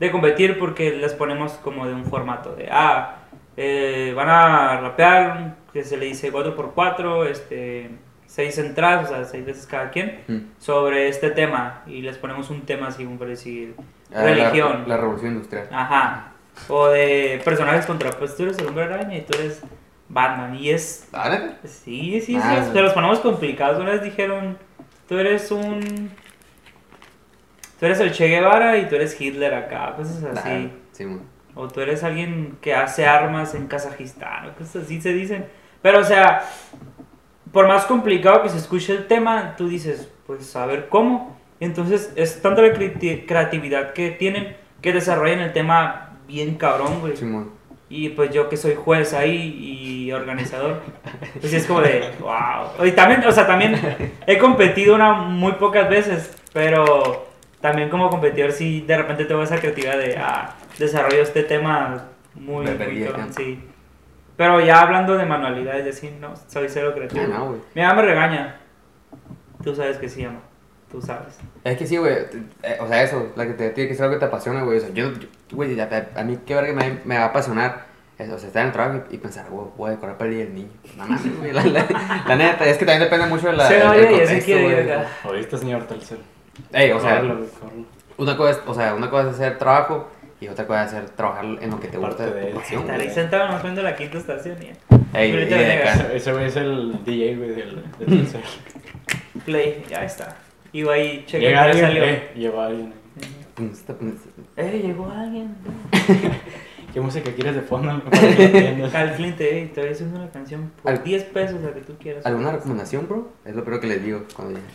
de competir porque les ponemos como de un formato de, ah, eh, van a rapear, que se le dice 4x4, este, 6 entradas, o sea, 6 veces cada quien, Mm. sobre este tema y les ponemos un tema así, como por decir, Ah, la- religión. La, revolución industrial. Ajá. O de personajes contrapuestos. Tú eres el hombre araña y tú eres Batman. Y es. Ah, ¿neta? Sí, sí, Ah, sí. sí. Se los ponemos complicados. Una vez dijeron: Tú eres un. Tú eres el Che Guevara y tú eres Hitler acá. Cosas así. Nah, Simón. O tú eres alguien que hace armas en Kazajistán, o cosas así se dicen. Pero, o sea, por más complicado que se escuche el tema, tú dices, pues a ver cómo. Entonces, es tanta la creati- creatividad que tienen que desarrollan el tema bien cabrón, güey. Simón. Y pues yo que soy juez ahí y organizador, pues sí es como de, wow. Y también, o sea, también he competido una muy pocas veces, pero también como competidor sí de repente tengo esa creatividad de, ah, desarrollo este tema muy, Me muy perdí acá. cabrón, sí. Pero ya hablando de manualidades, decir, no, soy cero creativo. Ah, no, güey. Mi mamá me regaña. Tú sabes que sí, mamá. Tú sabes. Es que sí, güey. te- eh, o sea, eso, la que te tiene que ser algo que te apasiona, güey. O sea, yo, yo- güey, ya te- a mí qué verga me, me va a apasionar. eh, O sea, estar en el trabajo y, y pensar, güey, voy a decorar para el día del niño. No mames, güey. La, la, la neta, es que también depende mucho de la. Se del- del oye y así "Ah, contexto, quiere güey. ir acá. Ahorita, señor Telcel. Ey, o sea, Córrelo, güey, córrelo. una cosa, es, o sea, una cosa es hacer trabajo y otra cosa es hacer trabajar en lo que te gusta Parte de de tu él, pasión. Estaré güey. sentado nomás viendo la quinta estación, ya. Ey, y Pero ahorita de viene acá. Ese güey es el DJ, güey, del, <laughs> de Telcel. Play, ya está. Y va ahí, checa Llega que ya alguien, salió. eh, lleva a alguien. ahí. Punsta, punsta. Eh, llegó alguien. ¿Qué música quieres de fondo? <laughs> Para que la entiendas. Al cliente, eh, te voy haciendo una canción por Al- 10 pesos, la que tú quieras. ¿Alguna recomendación, bro? Es lo primero que les digo cuando llegan.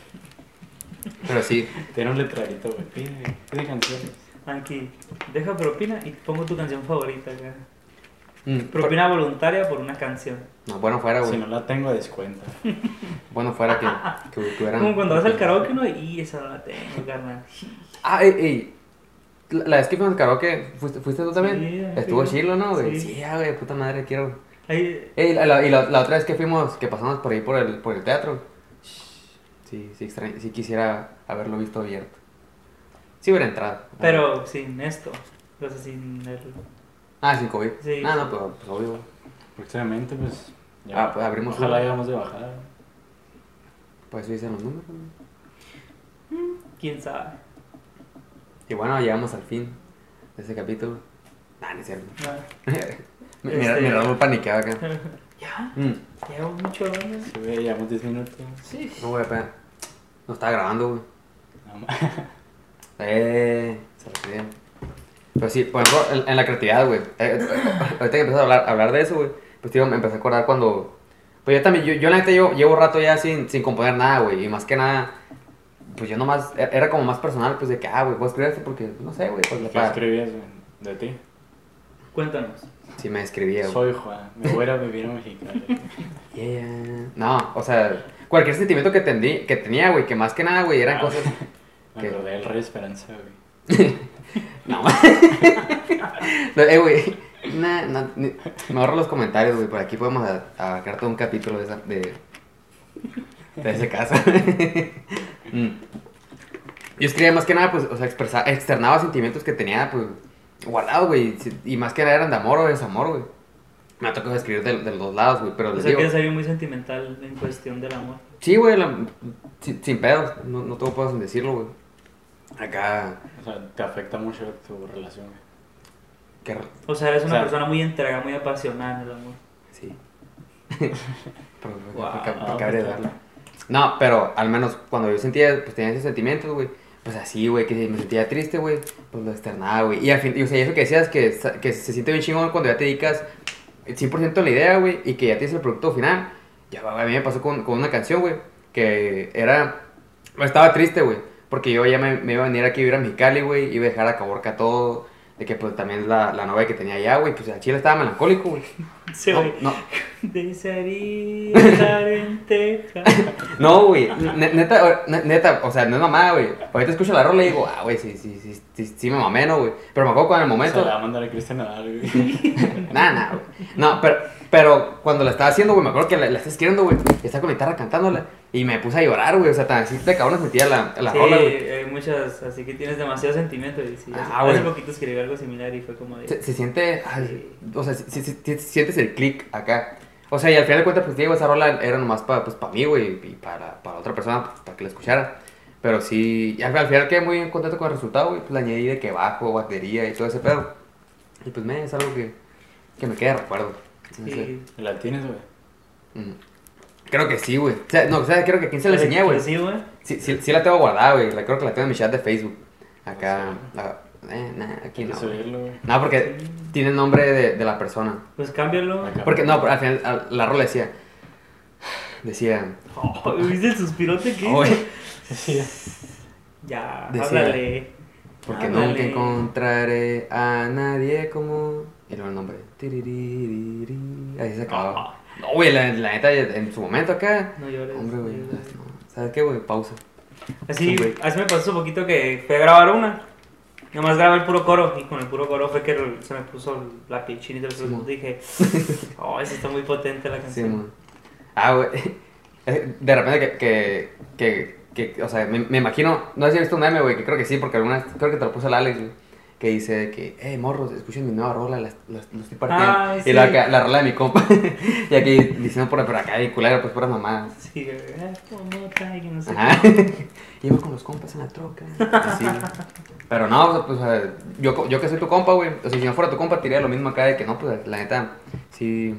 Pero sí, Tiene un letrerito, güey. Pide, pide canciones. Aquí, deja propina y pongo tu canción favorita acá. mm, pero- Propina voluntaria por una canción. no, bueno fuera, Si Ah, güey. no la tengo, descuenta. Bueno fuera que, que tuvieran. Como cuando vas al karaoke, uno y esa no la tengo, carnal. Ah, ey, ey. La, la vez que fuimos al karaoke, ¿fuiste, fuiste tú también? Sí, ahí Estuvo fui yo. chilo, ¿no, güey? Sí. Sí, ah, güey, puta madre, quiero. Ahí, Ey, la, la- y la, la otra vez que fuimos, que pasamos por ahí por el, por el teatro. Sí, sí, extraño, sí quisiera haberlo visto abierto. Sí hubiera entrado. pero sin esto. O sea, sin el- Ah, sin COVID. Sí. Ah, no, pero pues, obvio. Próximamente, pues. Ah, pues, abrimos Ojalá uno. llevamos de bajada. Pues sí dicen los números. ¿no? quién sabe. Y bueno, llegamos al fin de este capítulo. Ah, ni cierto. Nada. Mi- Mira, Este- mira, muy paniqueado acá. Ya, Mm. llevo mucho rato. Sí, güey, llevamos 10 minutos. Sí. No, güey, espera. No estaba grabando, güey. No mames. Eh, se lo piden. Pero sí, por ejemplo, en, en la creatividad, güey. Eh, eh, <coughs> ahorita que empecé a hablar, a hablar de eso, güey, pues tío, me empecé a acordar cuando. Pues yo también, yo, yo la neta llevo, llevo rato ya sin, sin componer nada, güey. Y más que nada, pues yo nomás, er- era como más personal, pues de que, ah, güey, voy a escribir esto porque, no sé, güey, pues la ¿Qué pa- escribías, güey? De ti. Cuéntanos. Sí me escribía, güey. Soy Juan. Me voy a ir a vivir a <laughs> Mexicali. Yeah. No, o sea, cualquier sentimiento que, tendí- que tenía, güey, que más que nada, güey, eran Ah, cosas. pues. Me ¿Qué? acordé del Rey Esperanza, güey. No, no <laughs> eh, güey. Nah, nah, ni- me ahorro los comentarios, güey. Por aquí podemos a- abarcar todo un capítulo de, esa, de, de ese caso. <laughs> Mm. Yo escribía más que nada, pues, o sea, expresa- externaba sentimientos que tenía, pues, guardados, güey. si- Y más que nada eran de amor o desamor, güey. Me ha tocado escribir de, de los dos lados, güey. Pero O les sea, que digo, eres alguien muy sentimental en cuestión del amor. sí, güey, la- sin, sin pedos. No, no tengo pedos en decirlo, güey. Acá, O sea, te afecta mucho tu relación, güey. que- Qué r- O sea, eres una O sea- persona muy entregada, muy apasionada en el amor. Sí. Por- por- por- por- por- Wow. por- por- No, pero al menos cuando yo sentía, pues tenía esos sentimientos, güey. Pues así, güey, que me sentía triste, güey. Pues lo externaba, güey. Y al fin, y, o sea, eso que decías, que, sa- que se siente bien chingón cuando ya te dedicas el 100% a la idea, güey, y que ya tienes el producto final. Ya, güey, a mí me pasó con, con una canción, güey, que era. bueno, Estaba triste, güey, porque yo ya me, me iba a venir aquí a vivir a Mexicali, güey, iba a dejar a Caborca todo. De que, pues también la, la novia que tenía allá, güey, pues al chile estaba melancólico, güey. Sí, No, güey. no, <laughs> Desearía estar en Texas. No, güey, ne- neta, ne- neta, o sea, no es mamada, güey. Ahorita escucho la rola y digo, ah, güey, sí, sí, sí, sí, sí me mamé, no, güey. Pero me acuerdo cuando en el Se la momento. va a mandar a Cristian Nadal, güey. Nada, nada, güey. No, pero, pero cuando la estaba haciendo, güey, me acuerdo que la, la estás escribiendo, güey. Y estaba con la guitarra cantándola. Y me puse a llorar, güey. O sea, tan así de cabrón sentía la, la sí, rola, güey. hay muchas, así que tienes demasiado sentimiento. Y sí, Ah, hace, hace güey. poquito escribí algo similar y fue como de... Se, se siente, ay, o sea, si- si- si- sientes el click acá. O sea, y al final de cuentas, pues digo, esa rola era nomás para pues, pa mí, güey, y para, para otra persona, pues, para que la escuchara. Pero sí, y al, al final quedé muy contento con el resultado, güey, pues le añadí de que bajo, batería y todo ese pedo. Y pues, me, es algo que, que me queda de recuerdo. No sé. Sí. <laughs> ¿La tienes, güey? Ujú. Creo que sí, güey. O sea, no, o sea, creo que a quién se la enseñé, güey. Pues Sí, güey. Sí, sí, sí la tengo guardada, güey. La, creo que la tengo en mi chat de Facebook. Acá, la- eh, nah, aquí Hay que no. güey. subirlo, güey. No, porque tiene el nombre de, de la persona. Pues cámbialo. Acá. Porque no, pero al final al- la rola decía. Decía. Oh, <laughs> ¿Viste el suspirote que "Hoy, hizo? Ya, Decía- háblale. porque Ándale. nunca encontraré a nadie como. Y luego el nombre. tiririri, Ahí se acababa. No, güey, la, la neta, en su momento acá. No llores. Hombre, güey. no llores. no. ¿Sabes qué, güey? Pausa. Así, Sí, güey. así me pasó hace poquito que fui a grabar una. Nomás grabé el puro coro y con el puro coro fue que el- se me puso la piel chinita. pero Simón. <laughs> dije, oh, esa está muy potente la Sí, canción. man. Ah, güey. <laughs> Eh, De repente que, que, que, que o sea, me, me imagino, no sé si has visto un meme, güey, que creo que sí, porque alguna vez, creo que te lo puso el Alex, güey, que dice de que, hey, morros, escuchen mi nueva rola, la, la- la estoy partiendo. Ah, sí. Y la, la rola de mi compa. <laughs> y aquí diciendo por, por acá, de culero, pues puras mamadas. Sí, güey. Ah, como tal, que no sé Ajá. <laughs> Llevo con los compas en la troca. Así. Pero no, o sea, pues, o sea, yo, co- yo que soy tu compa, güey. O sea, si no fuera tu compa, tiraría lo mismo acá de que no, pues la neta, sí.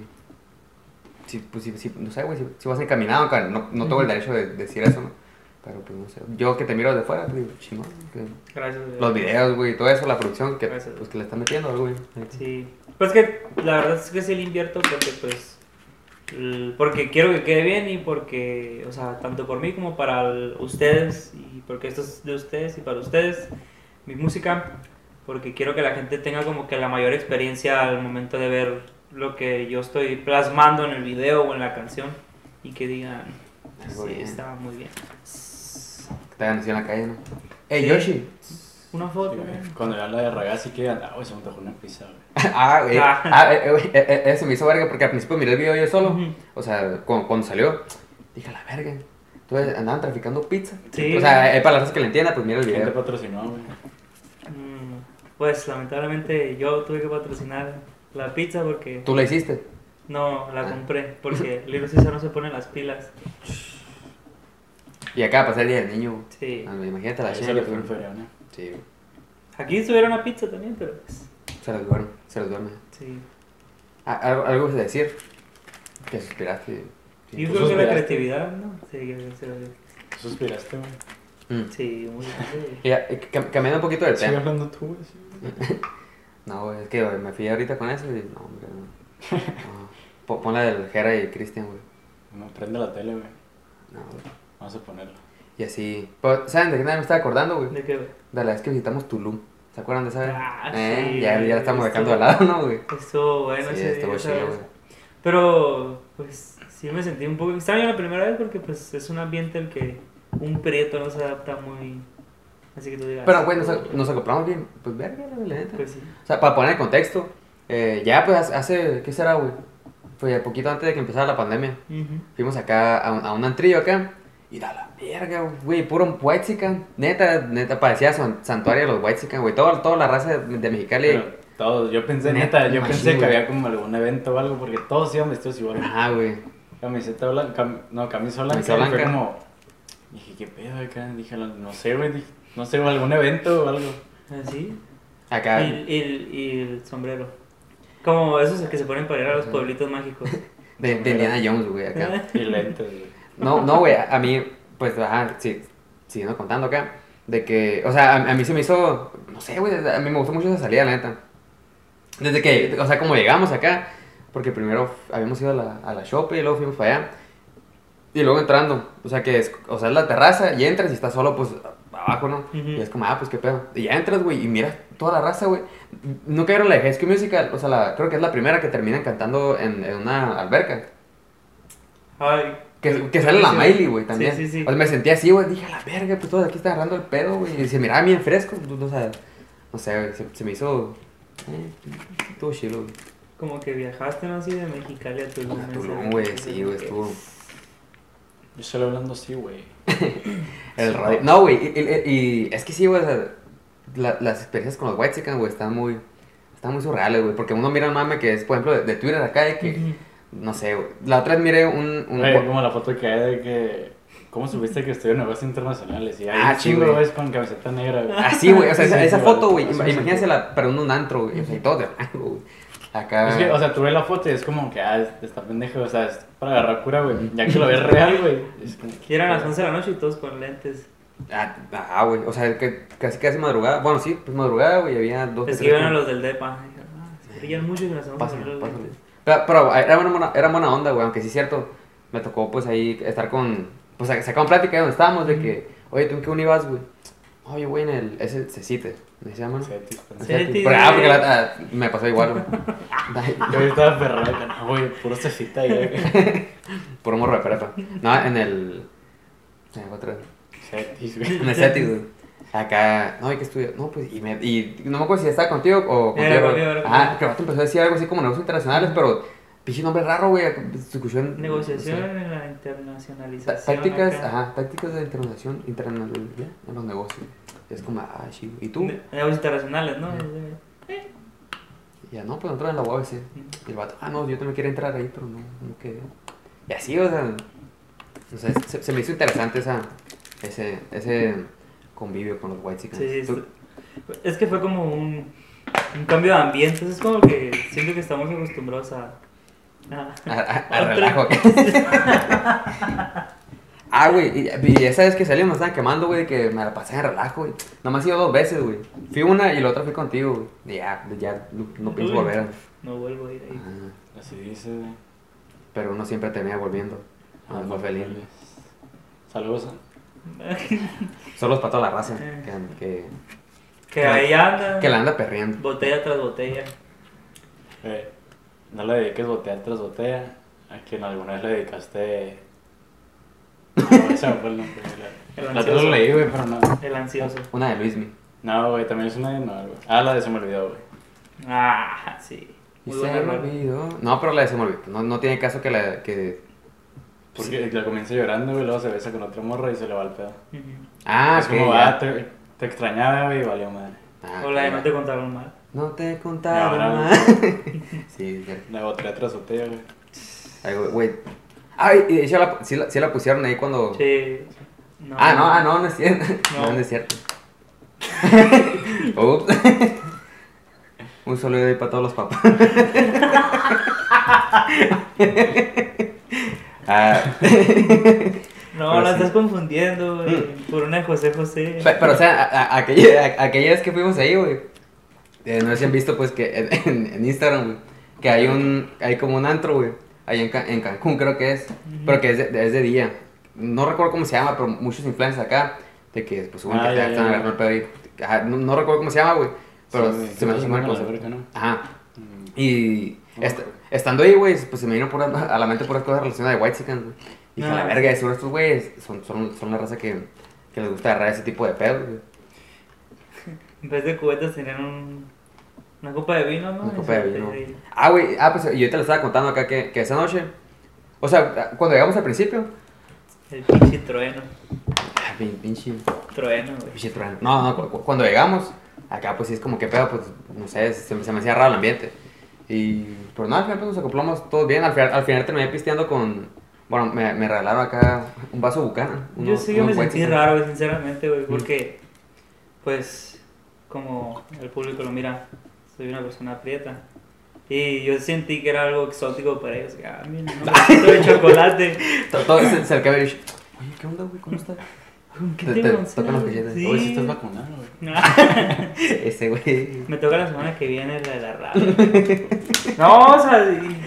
Sí, pues sí, sí, no sé, güey, si, si vas encaminado, acá, no, no tengo el derecho de, decir eso, ¿no? Pero pues no sé. Yo que te miro de fuera, pues digo, chingón. que- qué. Gracias. güey. Los videos, güey, todo eso, la producción que, Gracias. pues, que le están metiendo, güey. Sí. Pues que la verdad es que sí le invierto porque pues l- porque quiero que quede bien y porque, o sea, tanto por mí como para el- ustedes y porque esto es de ustedes y para ustedes mi música porque quiero que la gente tenga como que la mayor experiencia al momento de ver lo que yo estoy plasmando en el video o en la canción y que digan, "Ah, Algo sí, bien". está muy bien. Que te hagan así en la calle, ¿no? Hey, Sí. Yoshi. Una Sí, foto. güey. ¿no? Cuando yo hablaba de Ragazzi, que ah, güey, se me antojó una pizza, güey. <laughs> Ah, güey. Ah. Ah, eh, eh, güey, eh, eh, eso me hizo verga porque al principio miré el video yo solo. Ujú. O sea, cu- cuando, salió, dije, "A la verga. Entonces andaban traficando pizza. Sí. O sea, eh, para las que le entienda, pues mira el ¿Quién te video. patrocinó, güey? Mm, Pues lamentablemente yo tuve que patrocinar la pizza porque Tú la hiciste. no la Ah. compré, <laughs> porque Little César no se pone las pilas. Y acá pasé el día del niño. Sí. Ah, güey, imagínate la Ahí chela que se le fue el tuvieron. ferión, ¿eh? Sí, güey. Aquí subieron una pizza también, pero pues, se los duerme, se los duerme. sí. Ah, algo, algo que decir. Que suspiraste. Sí. pues, Yo tú creo que la suspiraste. creatividad, ¿no? Sí, que se- ¿Tú suspiraste, güey? Mm. sí, muy bien. Y, eh, cam- cambiando un poquito del Sigue tema. hablando tú, güey. sí, güey. No, güey, es que güey, me fui ahorita con eso y no, hombre, no. <laughs> No. Po- Pon la del Jera y Cristian, güey. No, prende la tele, güey. No, güey. Vamos a ponerlo. Y así. Pero, ¿Saben de qué nada me estaba acordando, güey? ¿De qué? De la vez que visitamos Tulum. ¿Se acuerdan de esa vez? Ah, eh, sí, ya, güey, ya la estamos estuvo- dejando de lado, ¿no, güey? Estuvo bueno sí, ese estuvo esa chido, vez. güey. Pero, pues, sí me sentí un poco extraño la primera vez porque, pues, es un ambiente al que un prieto no se adapta muy... Así que tú digas... Pero, güey, nos, nos acoplamos bien. Pues, verga, güey, la neta. Pues sí. O sea, para poner en contexto, eh, ya, pues, hace- hace, ¿qué será, güey? Fue poquito antes de que empezara la pandemia. Ujú. Fuimos acá a un, a un antrillo acá. Y da la verga, güey, puro un huaxican. Neta, neta, parecía san- santuario de los huaxican, güey. Todo- toda la raza de, de Mexicali. Pero todos, yo pensé, Neta, neta, yo imagino, pensé que güey. había como algún evento o algo, porque todos iban vestidos igual. güey. Ajá, güey. Camiseta blanca, cam- no, camisa blanca. Camisa y fue blanca. como, dije, ¿qué pedo acá? Dije, no sé, güey, dije, no sé, algún evento o algo. ¿Así? Acá. Y, y- y el sombrero. Como esos que se ponen para ir a los pueblitos mágicos. De, de Indiana Jones, güey, <laughs> Eh, acá. Y lentes, güey. No, no, güey, a mí, pues, ajá, sí, siguiendo contando acá, de que, o sea, a, a mí se me hizo, no sé, güey, a mí me gustó mucho esa salida, la neta. Desde que, o sea, como llegamos acá, porque primero habíamos ido a la, a la shop y luego fuimos para allá, y luego entrando, o sea, que es, o sea, es la terraza y entras y estás solo, pues, abajo, ¿no? Ujú. Y es como, ah, pues, qué pedo. Y ya entras, güey, y miras toda la raza, güey. Nunca vieron la de High School Musical, o sea, la, creo que es la primera que terminan cantando en, en una alberca. Ay, Que, que sale la sí, Miley, güey, también. Sí, sí, sí. O sea, me sentí así, güey. Dije, a la verga, pues todo aquí está agarrando el pedo, güey. Y se miraba bien fresco. pues, O sea, no sé, güey. Se, se me hizo. eh, Estuvo chilo, güey. Como que viajaste, ¿no? Así de Mexicali a Tulum. A ese- Tulum, güey. Sí, güey, estuvo. Yo solo hablando así, güey. <laughs> El radio. No, güey. Y, y- y es que sí, güey. o sea, la- las experiencias con los White Chicken, güey, están muy. Están muy surreales, güey. Porque uno mira un mame que es, por ejemplo, de, de Twitter acá, de que. Ujú. No sé, güey. La otra vez miré un. un Güey, como la foto que hay de que. ¿Cómo supiste que estudió negocios internacionales? Y ahí Ah, un sí, chingo, güey. güey, es con camiseta negra, güey. Así, güey. O sea, esa, Sí, esa sí, foto, vale. güey. Sí, sí, Imagínensela, pero en un antro, güey. O sea, y todo de blanco, güey. Acá. Es que, o sea, tú ves la foto y es como que, ah, está pendejo, o sea, es para agarrar cura, güey. Ya que lo ves real, güey. es como Y eran las 11 de la noche y todos con lentes. Ah, Ajá, güey. O sea, que casi casi madrugada. Bueno, sí, pues madrugada, güey. Había dos. que Es que tres iban a con- los del DEPA. Dijeron, "Ah, Se brillan mucho y nos vamos a Pásame, poner los pásame. lentes. Pero, pero eh, era, buena, buena- era buena onda, güey. Aunque sí es cierto, me tocó pues ahí estar con. Pues sacaban plática de donde estábamos de que, oye, ¿tú en qué uni vas, güey? Oye, güey, en el. Ese Cecite. ¿Me se llama? no? setis, pendejo. Cetis, Pero, ah, porque güey. la- ah, me pasó igual, güey. <laughs> Ay, Yo estaba ferrado, que no, güey, puro cecita, <laughs> güey. Por un morro de prepa. No, en el. En el otro. Setis, güey. En el Cetis, güey. Acá, no, hay que estudiar. No, pues, y, me, y no me acuerdo si estaba contigo o contigo. Era conmigo, era ah, conmigo. que el vato empezó a decir algo así como negocios internacionales, pero pinche nombre raro, güey. Se escuchó en. Negociación no sé. en la Ta- internacionalización. Tácticas, acá. ajá, tácticas de internación, internacionalidad en los negocios. Es como, ah, sí. ¿Y tú? Ne- Negocios internacionales, ¿no? Y ya, no, pues nosotros en la UABC. Y el vato, ah, no, yo también quería entrar ahí, pero no, no quedé. Y así, o sea, o sea, se, se me hizo interesante esa, ese, ese convivio con los white chicas. Sí, sí. Es que fue como un, un cambio de ambiente. Es como que siento que estamos acostumbrados a. a- A, a- a Otra. relajo. ah, güey, y, y esa vez que salí me estaban quemando, güey, de que me la pasé en relajo, güey. Nomás he ido dos veces, güey. Fui una y la otra fui contigo, güey. Y ya, ya no, <laughs> no pienso Uy, volver. No vuelvo a ir ahí. Ajá. Así dice, güey. Pero uno siempre termina volviendo. Ah, fue feliz. Saludos. ¿eh? <laughs> Solo es para toda la raza Eh. que, que, que ahí anda. que la anda perreando. Botella tras botella. Eh, no le dediques botella tras botella. A quien alguna vez le dedicaste. <laughs> No, ese me fue el nombre, El güey. La otra lo leí, güey, pero no. El ansioso. Una de Luismi. No, güey, también es una de Noel, güey. Ah, la de se me olvidó, güey. Ah, sí. Y Muy se buen me error. olvidó. No, pero la de se me olvidó. No, no tiene caso que la que. Porque la comienza llorando, güey, luego se besa con otra morra y se le va el pedo. Ujú. Ah, es ok, como, ya. ah, te, te extrañaba, güey, y valió madre. Ah, O la de ok, no te contaron mal. No te contaron No, no, nada. <laughs> sí, ya. La botella tras botella, güey. Ay, güey, güey. Ay, y de hecho la, sí, la, sí la pusieron ahí cuando. Sí. No. Ah, no, ah, no, no es cierto. <laughs> No. No, no es cierto. Ups. Un saludo ahí para todos los <laughs> papás. ah, No, Pero la sí. Mm. estás confundiendo, güey. Por una de José José. Pe- Pero, o sea, a- a- aquella, a- aquella vez que fuimos ahí, güey. eh, no sé si han visto, pues, que en, <laughs> en- en Instagram, güey. Que hay un, hay como un antro, güey. Ahí en, Ca- en Cancún, creo que es. Pero que es de, es de día. No recuerdo cómo se llama, pero muchos influencers acá. De que, pues, suben que Ah, ya, te ya, están ya. agarrando el pedo ahí. Ajá, no, no recuerdo cómo se llama, güey. Pero Sí, güey, se me hace sí, muy la concepto. verga, ¿no? Ajá. Mm. Y No me est- acuerdo. estando ahí, güey, pues se me vino pura- <laughs> a la mente puras cosas relacionadas de White Chicken, güey. Dije, a la Ah. verga, de seguro estos güeyes son, son, son la raza que, que les gusta agarrar ese tipo de pedos, güey. Ah, En vez de cubetas tenían un, una copa de vino, ¿no? Una copa de vino. Sí. Ah, güey, ah, pues yo te lo estaba contando acá que, que esa noche, o sea, cuando llegamos al principio, El pinche trueno. ah, pin- pinche, Trueno, güey. pinche trueno. No, no, cu- cu- cuando llegamos, acá pues sí es como que pedo, pues no sé, se, me- se me hacía raro el ambiente. Y, pero no, al final pues nos acoplamos todos bien, al final, al final terminé pisteando con, bueno, me, me regalaron acá un vaso bucana. Yo sí que me sentí raro, güey, sinceramente, güey, porque, pues, como el público lo mira. Soy una persona prieta. Y yo sentí que era algo exótico para ellos. que, Ah, mira, un vasito <laughs> de chocolate. To- Todo se se acaba y dice, oye, ¿qué onda, güey? ¿Cómo estás? ¿Qué Te- te, te emocionas? tocan los billetes. Oye, si Sí. estás vacunado, güey. Ese güey. <laughs> Me toca la semana que viene la de la radio. No, o sea, y-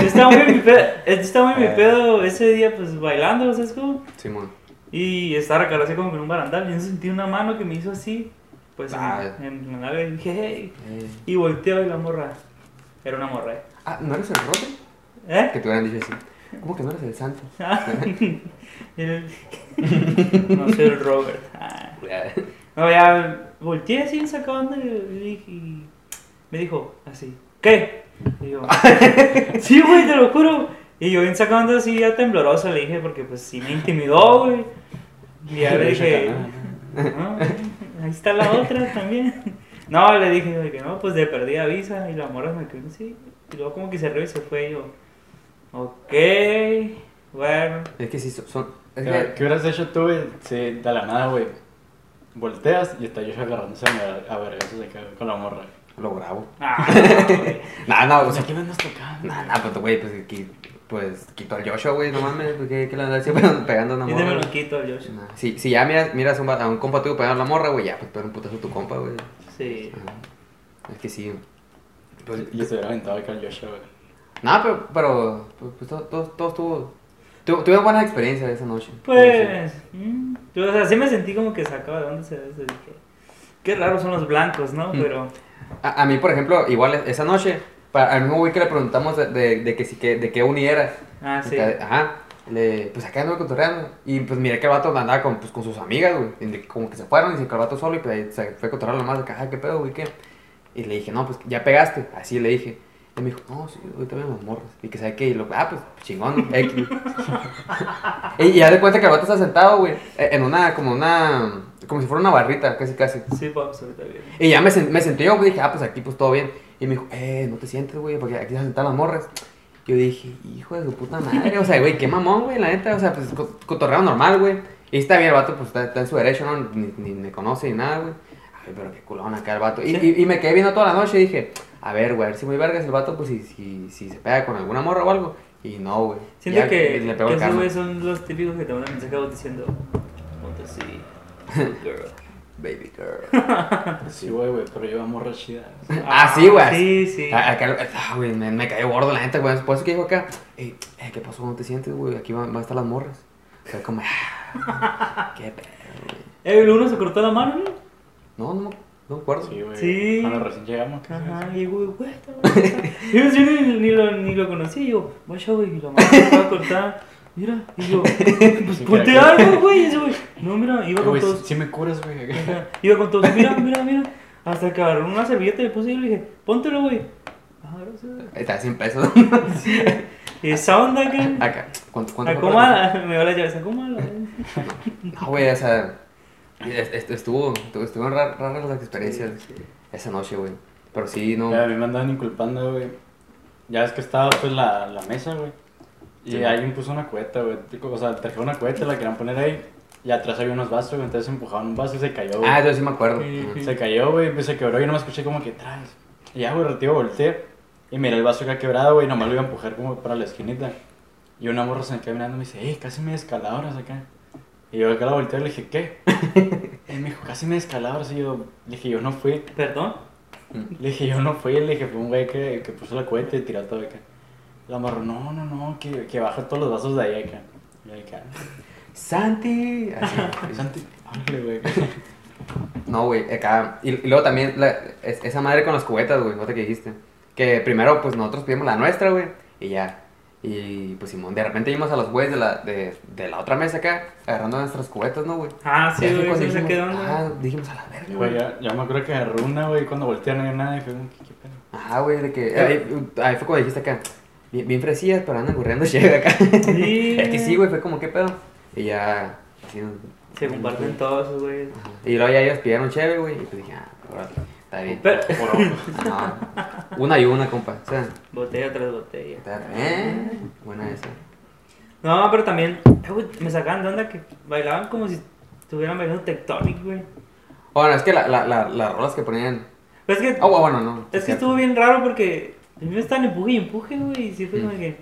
está muy mi pedo, está muy mi Ah. pedo ese día pues bailando, ¿sabes cómo? Simón. Y estaba recargado así como con un barandal y yo sentí una mano que me hizo así, pues en- Ah. en, la nalga y dije, hey, Eh, y volteo y la morra, era una morra, Ah, ¿no eres el rote? ¿eh? <laughs> Ah. Que te hubieran dicho así. ¿Cómo que no eres el santo? El- <laughs> no soy el Robert. Ah. No, ya volteé así, sacando y me dijo así, ¿qué? Y yo, <laughs> sí, güey, te lo juro. Y yo bien sacando así, ya tembloroso, le dije, porque pues sí me intimidó, güey. Y ya <laughs> le dije, "Ah". "No, ahí está la otra también. No, le dije, de que no, pues de perdida avisa. Y la morra me quedó así. Y luego como que se rió y se fue. Y yo, ok, bueno. Es que sí, son- son. Es ¿Qué, que. qué hubieras hecho tú, güey? Si de la nada, güey, volteas y está yo agarrándose a, a vergazos acá con la morra. Lo grabo. Ah, no, <laughs> güey. Nah, no, Ah, o O sea, sea. ¿qué me andas tocando? Nah, nah, pues, güey, pues, qui- pues quitó al Joshua, güey, no mames, pues, ¿qué, qué le <laughs> andas siempre pegando a una Yo te me morra? lo quito al Joshua. Nah, Si, si ya miras, miras a, un, va- a un compa tuyo pegando a la morra, güey, ya, pues pega un putazo a tu compa, güey. Sí. Ajá. Es que sí. Pues, Y se hubiera aventado acá el Joshua, güey. Nah, pero, pero pues, pues, todo, todo, todo estuvo. tu- Tuve buenas experiencias esa noche. Pues, mm, yo, o sea, sí me sentí como que sacaba de dónde se ve. Qué raros son los blancos, ¿no? Mm. Pero, A, a mí, por ejemplo, igual e- esa noche, para, al mismo güey que le preguntamos de, de, de que, si, que, de qué uni era. ah, sí. acá- Ajá. Le, pues acá anduve cotorreando. Y pues miré que el vato andaba con, pues, con sus amigas, güey. y de- Como que se fueron y se quedó el vato solo y pues ahí se fue a cotorrear nomás. de que, Ajá, qué pedo, güey, qué. Y le dije, no, pues ya pegaste. Así le dije. Y me dijo, no, sí, ahorita veo las morras. Y que sabe qué. Y lo, ah, pues chingón, <laughs> ¿no? X, güey. Y ya de cuenta que el vato está sentado, güey. e, En una, como una, como si fuera una barrita, casi, casi. Sí, pues, absolutamente bien. Y ya me, sen- me senté yo, güey, dije, ah, pues aquí pues todo bien. Y me dijo, eh, no te sientes, güey, porque aquí se sentar las morras. Yo dije, hijo de su puta madre, o sea, güey, qué mamón, güey, la neta, o sea, pues co- cotorreo normal, güey. Y está bien, el vato, pues está, está en su derecho, ¿no? Ni, ni me conoce ni nada, güey. Ay, pero qué culón acá el vato. Y, y- y me quedé viendo toda la noche y dije, a ver, güey, a ver si muy vergas el vato, pues si, si, si se pega con alguna morra o algo. Y no, güey. Siento Ya que, le que pegó el esos karma. güeyes son los típicos que te mandan mensaje a vos diciendo, ponte así, good girl. Baby girl. Sí, güey, güey, pero lleva morra chida. Ah, sí, güey. Sí, sí. A- Acá, ah, güey, me, me cayó gordo la neta, güey. Por eso que dijo acá, "Ey, eh, ¿qué pasó? ¿Cómo te sientes, güey? Aquí van va a estar las morras. Fue como, <laughs> ah, qué pedo, güey. Eh, el uno se cortó la mano, ¿no? No, no, no me acuerdo. Sí, güey. Sí. Cuando recién llegamos, ¿qué Ajá, y güey, güey, esta madre está- <laughs> Yo, yo ni, ni lo, ni lo conocí, yo, vaya, güey, y la madre estaba cortada. Mira, y <laughs> yo, pues Sí, ponte claro. algo, güey, y ese güey. No, mira, iba Eh, con güey, todos. si, si me curas, güey. <laughs> Ajá. Iba con todos, mira, mira, mira. Hasta que agarró una servilleta y le puse y le dije, póntelo, güey. Ah, gracias. Ahí Está 100 pesos. <laughs> Esa onda que. acá, ¿cuánto, cuánto? fue? Acomala, <laughs> me va la llave, acomala. No, Ah, güey, o sea, es- es- estuvo, estuvo, estuvieron ra- raras las experiencias esa noche, güey. Pero sí, no. Mira, a mí me andaban inculpando, güey. Ya es que estaba pues la, la mesa, güey. Y Sí. alguien puso una cubeta, güey. Tipo, O sea, trajeron una cubeta, la querían poner ahí. Y atrás había unos vasos, güey. Entonces empujaban un vaso y se cayó, güey. Ah, yo sí me acuerdo. Sí. Se cayó, güey, pues, se quebró y no me escuché como que traes. Y ya, güey, retiro volteé. Y miré el vaso que ha quebrado, güey, nomás lo iba a empujar como para la esquinita. Y una morra se me queda mirando y me dice, ey, casi me descalabras acá. Y yo acá la volteé y le dije, ¿qué? <laughs> y me dijo, casi me descalabras. Y yo le dije, yo no fui. Perdón. Le dije, yo no fui. Le dije, fue un güey que, que puso la cuenta y tiró todo acá. La morra, no, no, no, que, que baja todos los vasos de ahí acá. Y yo acá, Santi. <laughs> Así, Santi, órale, güey. No, güey, acá. Y, y luego también la- es- esa madre con las cubetas, güey, nota que dijiste. Que primero, pues nosotros pedimos la nuestra, güey, y ya. Y pues Simón, de repente vimos a los güeyes de la, de, de la otra mesa acá agarrando nuestras cubetas, ¿no, güey? Ah, sí, Ya fue güey, cuando sí se dijimos, quedó. Ah, ¿no? dijimos a la verga, Güey, güey. ya, ya me acuerdo que agarró una, güey, cuando volteé no había nada y fue como, ¿qué, qué pedo? Ajá, güey, de que. Ahí, ahí fue cuando dijiste acá. Bien, bien fresillas, pero andan corriendo <laughs> llega acá. Sí. es que sí, güey, fue como, ¿qué pedo? Y ya. así nos- Se comparten todos esos güeyes. Ajá. Y luego ya ellos pidieron chévere, güey, y pues dije, ah, ahora, está bien. Pero- Por ojo. Ajá. una y una, compa. O sea, Botella tras botella. ¿Eh? Buena esa. No, pero también, eh, güey, me sacaban de onda que bailaban como si estuvieran bailando Tectonic, güey. Bueno, es que la, la, la- las rolas que ponían. Pero es que, Ah, bueno, no. es que estuvo bien raro porque me estaban empuje y empuje, güey. Y sí fue Mm. como que.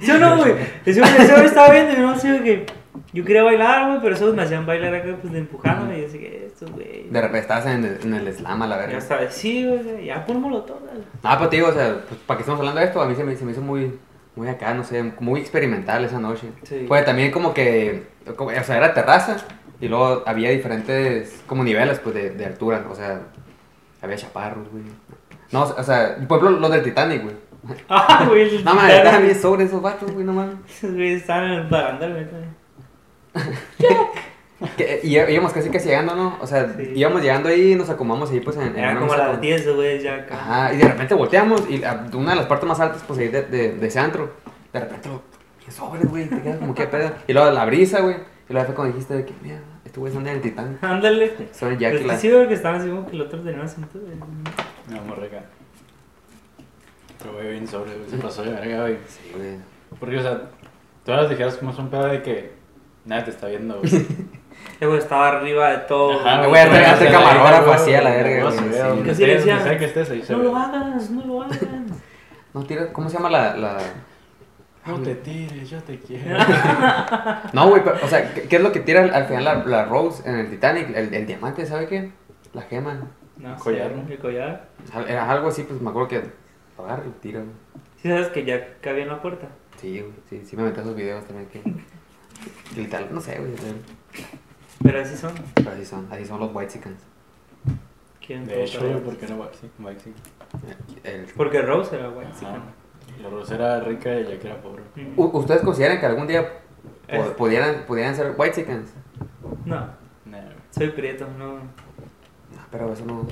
Yo no, güey. Yo me estaba viendo y yo no sé, güey, que. Yo quería bailar, güey, pero esos me hacían bailar acá, pues de empujándome. Y yo así que, esto, güey. Mm. De repente estabas en el, en el slam a la Ya verga. sabes, sí, güey, ya pon molotov. güey. <laughs> Ah, pero te digo, o sea, pues, ¿para qué estamos hablando de esto? A mí se me, se me hizo muy, muy acá, no sé, muy experimental esa noche. Sí. Pues también como que, como- o sea, era terraza y luego había diferentes, como niveles, pues, de, de altura, o sea, había chaparros, güey. No, o sea, por ejemplo, los del Titanic, güey. Ah, güey. No <laughs> mames, estaban bien sobre esos vatos, güey, no mames. Esos güeyes estaban en el barandal, güey. también. Que- y y íbamos casi casi llegando, ¿no? O sea, Sí. íbamos llegando ahí y nos acomodamos ahí, pues, en, en Eran una como a mesa las con- 10, güey, ya acá. Ajá, y de repente volteamos y a- una de las partes más altas, pues ahí de, de, de ese antro, de repente, lo- ¿qué sobres, güey? Te quedas como, ¿qué pedo? Y luego la brisa, güey. Y luego fue cuando dijiste de que, mira, este güey es en el titán. Ándale. Son en Pero Jack es la- que sí, güey, que estaban así eh, como que el otro tenía un acento, güey. Me amor acá. Pero güey, bien sobre, güey. Se pasó de verga, güey. Sí, güey. Porque, o sea, todas las dijeras como son pedo de que nadie te está viendo, <laughs> güey. El eh, güey estaba arriba de todo. Ajá, Me voy a pero, tragar o sea, este la verga, Oh, camarógrafo güey, así a la güey, verga, no güey, se ve, sí. donde Yo sí estés, decía, donde sea que estés, ahí se No ve. lo hagas, no lo hagas. <laughs> No, tira, ¿cómo se llama la...? la... No te tires, yo te quiero. No, güey, pero, o sea, ¿qué, qué es lo que tira al, al final la, la Rose en el Titanic? El, el diamante, ¿sabe qué? La gema. No, sé, Collar, ¿no? El collar. Al- Era algo así, pues me acuerdo que agarra y tira, güey. Sí, sabes que ya cabía en la puerta. Sí, güey, sí, sí me metí a esos videos también que... que literal, no sé, güey. Pero así son. Pero así son, así son los white chickens. ¿Quién De hecho, güey, porque era Waxi. Waxi. El- Porque Rose era guay, sí, Ajá. La Rosa era rica y ella que era pobre. ¿no? Mm. U- ¿Ustedes consideran que algún día po- Es- pudieran, pudieran ser white chickens? No, Nah, güey. soy prieto, no. No, pero eso no.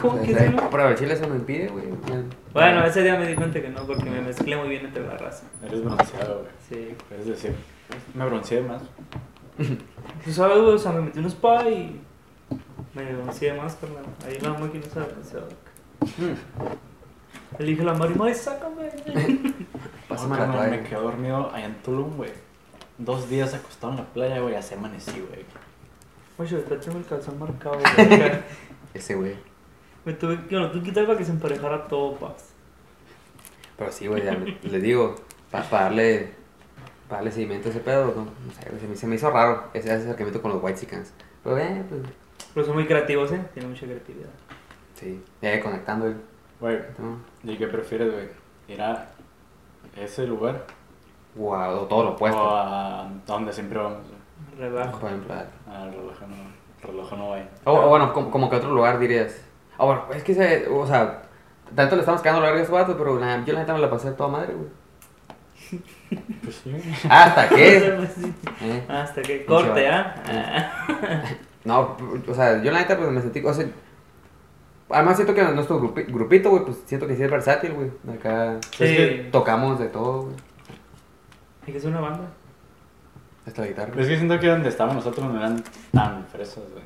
¿Cómo que trae- eso no? Pero el chile eso me impide, güey. Ya. Bueno, ese día me di cuenta que no, porque me mezclé muy bien entre la raza. Eres bronceado, güey. Sí. Es decir, me bronceé más. Tú sabes, güey, o sea, me metí un spa y me bronceé más, carnal. Ahí la máquina se bronceó. Le dije a la Mari, Mari, sácame. Pásame No, la carnal, me toalla. quedé dormido allá en Tulum, güey. Dos días acostado en la playa, güey. Así amanecí, güey. Oye, ahorita tengo el calzón marcado, güey. Ese, güey. Me tuve que, bueno, tuve que quitar para que se emparejara todo, paps. Pero sí, güey, ya le- les digo, para darle, pa darle seguimiento a ese pedo, no, no sé, güey, se me, se me hizo raro ese ese acercamiento con los white chickens. Pero, eh, pues, Pero son muy creativos, ¿eh? Tienen mucha creatividad. sí, ya conectando, güey. Güey, ¿no? ¿y qué prefieres, güey? ¿Ir a ese lugar O a- o todo lo o opuesto. a donde siempre vamos? güey? Rebajo. Por ejemplo, a- Al reloj no, reloj no va. O, o bueno, como, como que otro lugar dirías. O bueno, es que, se, o sea, tanto le estamos quedando largo a esos vatos, pero la- yo la neta me la pasé a toda madre, güey. Ah, Pues sí. ¿Hasta <laughs> qué? Eh, Ah, Hasta que corte, Pinche ¿ah? No, o sea, yo la neta pues me sentí, o sea, además siento que nuestro grupi- grupito, güey, pues siento que sí es versátil, güey. Acá Sí. Es tocamos de todo, güey. Hay que ser una banda. Hasta la guitarra. Es que siento que donde estábamos nosotros no eran tan fresas, güey.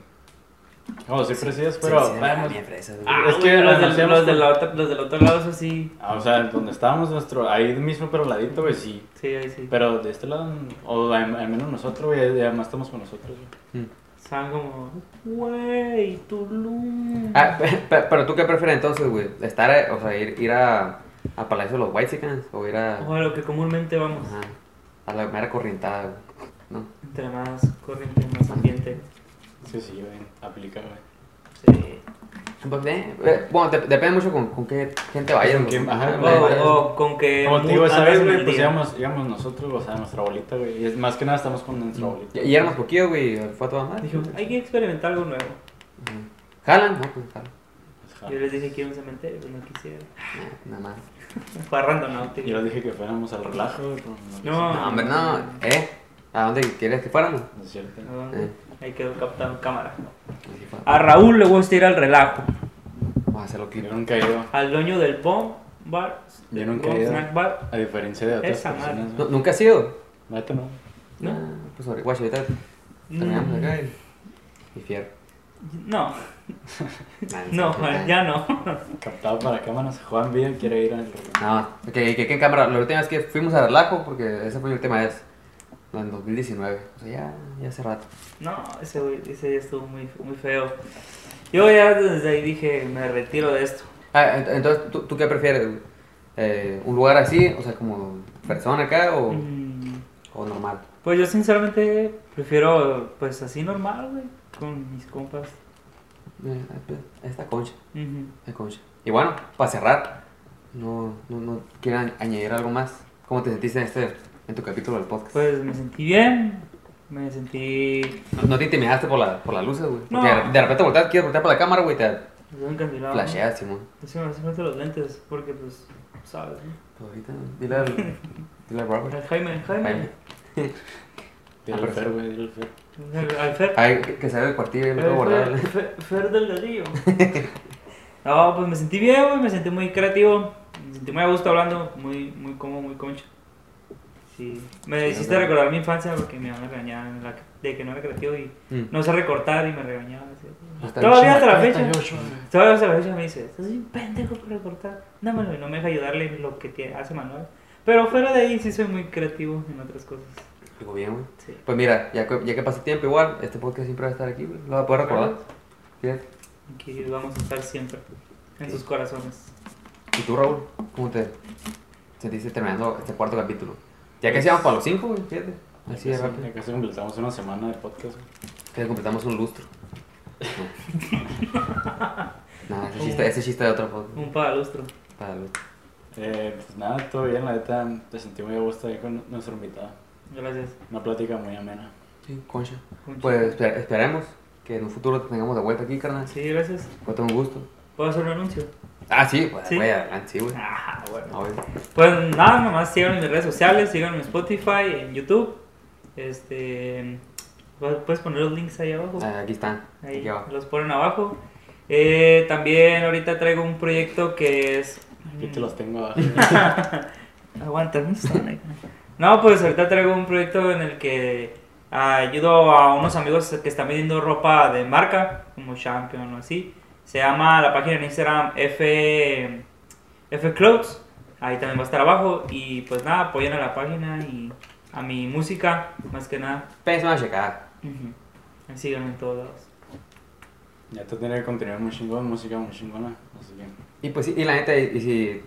Como sí fresas, pero Sí, sí, vamos- bien fresas, güey. Ah, Es güey, que los, del, hacíamos los, de con- la otra- los del otro lado, eso sí. Ah, o sea, donde estábamos nuestro, ahí mismo pero al ladito, güey, sí. Sí, ahí sí. Pero de este lado, o al al menos nosotros, güey, además estamos con nosotros, güey. Mm. Estaban como, güey, Tulum. Ah, <laughs> pe- pe- pero, tú qué prefieres entonces, güey? Estar, eh, o sea, ir, ir a, a Palacio de los White o ir a, Ojo, a lo que comúnmente vamos. ajá, a la mera corrientada, güey. ¿No? Entre más corriente, más ambiente. Sí, sí, güey, aplica, güey. Sí. Pues, eh, eh, bueno, dep- depende mucho con, con qué gente vaya. Con ¿no? quién, ajá, Ah, güey. güey, O, o con que. Como te digo, muy- esa Eh, andas vez, en güey, el pues día. íbamos, íbamos nosotros, o sea, nuestra bolita, güey. Y es, más que nada estamos con Mm. nuestra bolita. Y, y éramos poquillos, güey, fue a toda madre. Dijo, hay que experimentar algo nuevo. Ajá. ¿Jalan? No, pues jalan. Ajá. Yo les dije que iba a un cementerio, pero no quisiera. No, nada más. Fue random, Yo les dije que fuéramos al relajo, güey, pero No. No, hombre, no. ¿Eh? ¿A dónde quieres que fuéramos? No es cierto. Eh. Ahí quedó captado en cámara. Así fue. A Raúl le gusta ir al relajo. Vamos a hacerlo Yo clip. nunca he ido. Al dueño del bomb bar. Yo nunca Bomb he ido. snack bar. A diferencia de otras Esa madre. personas, No, güey. ¿Nunca has ido? Neta, no. No. Ah, pues sorry. Guacho, ahorita terminamos acá y, y fierro. No, Ah, Nah, no, nah. ya no. <laughs> Captado para cámaras. Juan Villa Ah, quiere ir al relajo. No, que, que, que en cámara, la última vez que fuimos a relajo, porque ese fue el tema es, No, en 2019. O sea, ya, ya hace rato. No, ese, güey- ese día estuvo muy, muy feo. Yo ya desde ahí dije, me retiro de esto. Ah, ent- entonces, ¿tú, tú qué prefieres? güey? Eh, ¿Un lugar así? O sea, como persona acá o, Mm, o normal. Pues yo sinceramente prefiero pues así normal, güey, con mis compas. Eh, Esta concha, Ujú. esta concha. Y bueno, para cerrar, no, no, no quiero añ- añadir algo más. ¿Cómo te sentiste en, este, en tu capítulo del podcast? Pues me sentí bien, me sentí... ¿No, no te intimidaste por, la, por las luces, güey? No. Porque de- de repente volteas, quieres voltear por la cámara, güey, te Me sentí encandilado, ¿no? flasheas, Simón. Sí, me hacen falta los lentes, porque pues, sabes, ¿no? Pues ahorita, dile al, dile al Robert. Jaime, Jaime. Jaime. Dile al Fer, güey, dile al Fer. Al- Al Fer. Ay, que, Ah, que se ve el cuartillo y lo puedo Fer, guardar. Fer, Fer Delgadillo. <laughs> No, pues me sentí bien, güey, me sentí muy creativo, me sentí muy a gusto hablando, muy, muy cómodo, muy concha. Sí, me Sí, hiciste no sé. recordar mi infancia porque mi mamá me regañaba en la- de que no era creativo y Mm. no sé recortar y me regañaba. así. Hasta Todavía el hasta la Ahí está fecha. Joshua, güey. Todavía hasta la fecha me dice, estás un pendejo para recortar. No, me, no me deja ayudarle en lo que te hace Manuel. Pero fuera de ahí sí soy muy creativo en otras cosas. Digo bien, güey. Sí. Pues mira, ya que, ya que pasó tiempo, igual, este podcast siempre va a estar aquí, güey. Lo va a poder recordar. Fíjate. Aquí vamos a estar siempre, en Ok. sus corazones. ¿Y tú, Raúl? ¿Cómo te sentiste terminando este cuarto capítulo? Ya casi vamos para los cinco, güey, fíjate. Así de Ya casi- rápido. ya casi completamos una semana de podcast, güey. Que completamos un lustro. No, No, ese chiste, ese chiste de otro podcast. Un pagalustro. Para el otro. Eh, pues nada, todo bien, la neta, te sentí muy a gusto ahí con nuestro invitado. Gracias. Una plática muy amena. Sí, concha. Concha. Pues esper- esperemos que en un futuro te tengamos de vuelta aquí, carnal. Sí, gracias. Fue todo un gusto. ¿Puedo hacer un anuncio? Ah, sí, pues, Sí. güey, adelante, sí, güey. Ah, bueno. Ah, güey. Pues nada, nomás síganme en mis redes sociales, síganme en Spotify, en YouTube. Este. pu- Puedes poner los links ahí abajo. Ah, aquí están. Ahí Aquí abajo. los ponen abajo. Eh, también ahorita traigo un proyecto que es. mm, Aquí Mm. te los tengo <laughs> abajo. Aguanta, no están No, pues ahorita traigo un proyecto en el que ayudo a unos amigos que están vendiendo ropa de marca, como Champion o así. Se llama la página en Instagram F, F Clothes. Ahí también va a estar abajo. Y pues nada, apoyen a la página y a mi música, más que nada. Pésame Pues, a checar. Ujú. Ahí Síganme en todos lados. Ya te tiene contenido muy chingón, música muy chingona. Así que. Y pues sí, y la neta, y, y si,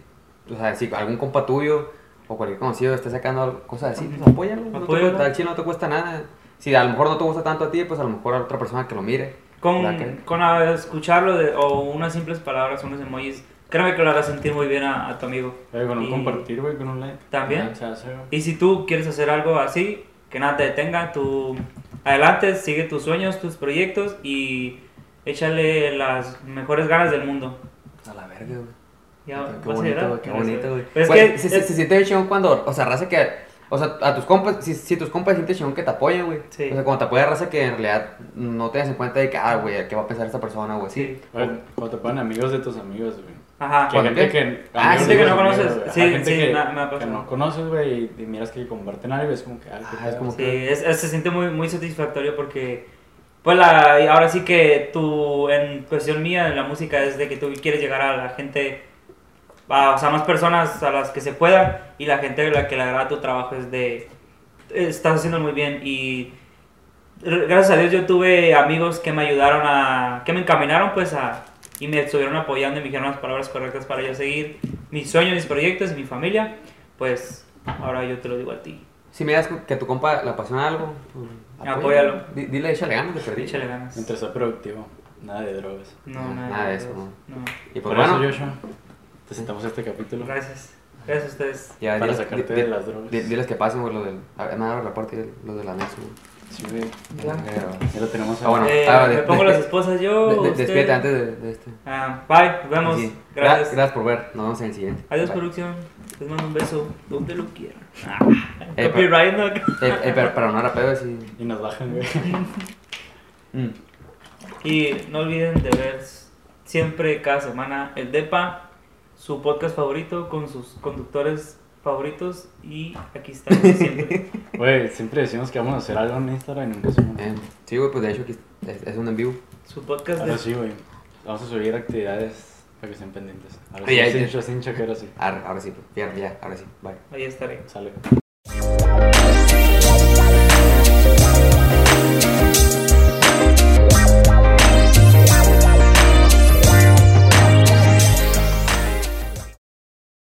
o sea, si algún compa tuyo o cualquier conocido está sacando algo- cosas así, pues apóyalo. No te Apóyalo. cuesta, al chino no te cuesta nada. Si a lo mejor no te gusta tanto a ti, pues a lo mejor a otra persona que lo mire. la Con, que- con a- escucharlo de- o unas simples palabras, unos emojis, créeme que lo hará sentir muy bien a, a tu amigo. Oye, con un Y- compartir, güey, con un like. También. Se hace, güey. Y si tú quieres hacer algo así, que nada te detenga, tú adelante, sigue tus sueños, tus proyectos y échale las mejores ganas del mundo. A la verga, güey. Ya Qué- qué vas a bonito, llorar. güey, qué Gracias, bonito, güey. Pero es Güey, que se, se- es- se siente bien chingón cuando, o sea, raza que, o sea, a tus compas, si, si tus compas sienten chingón que te apoyen, güey. Sí. O sea, cuando te apoya raza que en realidad no tengas en cuenta de que, ah, güey, ¿qué va a pensar esta persona o así? Sí. Oye, cuando te ponen amigos de tus amigos, güey. Ajá. Que ¿Cuándo gente qué? que. Ah, amigos gente de que tus no amigos, conoces. güey. Sí, Hay gente sí, que, me- me ha que pasado. no conoces, güey, y, y miras que comparten algo y es como que. Ah, qué Ah, es pedo. como Sí, que- es, es- se siente muy, muy satisfactorio porque, pues la, y ahora sí que tú, en cuestión mía, en la música es de que tú quieres llegar a la gente, a, o sea, más personas a las que se puedan y la gente a la que le agrada tu trabajo es de, estás haciendo muy bien y r- gracias a Dios yo tuve amigos que me ayudaron a, que me encaminaron pues a, y me estuvieron apoyando y me dijeron las palabras correctas para yo seguir mis sueños, mis proyectos y mi familia, pues ahora yo te lo digo a ti. Si miras que a tu compa le apasiona algo, pues, Apóyalo. Di- Dile, échale ganas, te perdí. Échale ganas. Mientras sea productivo, nada de drogas. No, No, nada, nada de de eso. Ah, eso, No. Y Mm. pues Por bueno, eso, Joshua, te sentamos este capítulo. Gracias. Gracias a ustedes. ya, Para diles- sacarte di- de las drogas. di- Diles que pasen, güey, lo del. a ver, Nada, la parte de lo del anexo, güey. Sí, güey. Ya. Pero- Ya lo tenemos Ah, bueno. Eh, ah, me de- pongo de- las esposas yo. De- de- usted. Despídete antes de, de este. Ah, bye, nos vemos. Sí. Gra- Gracias. Gracias por ver. Nos vemos en el siguiente. Adiós, Bye. producción. Les mando un beso donde lo quieran. Ah, Eh, copyright, ¿no? Eh, eh, pero para no rapeo, sí. Y nos bajan, güey. <laughs> Mm. Y no olviden de ver siempre, cada semana, el DEPA, su podcast favorito con sus conductores favoritos. Y aquí estamos <laughs> siempre. Güey, siempre decimos que vamos a hacer algo en Instagram y nunca hacemos nada. Eh, sí, güey, pues de hecho aquí es, es un en vivo. su podcast de. Ahora sí, güey. Vamos a subir actividades para que estén pendientes. A ver Ay, ay, si ay. sin choquero así. Arre, ahora sí, pues. Fierro, ya, ahora sí. Bye. Ahí estaré. Sale.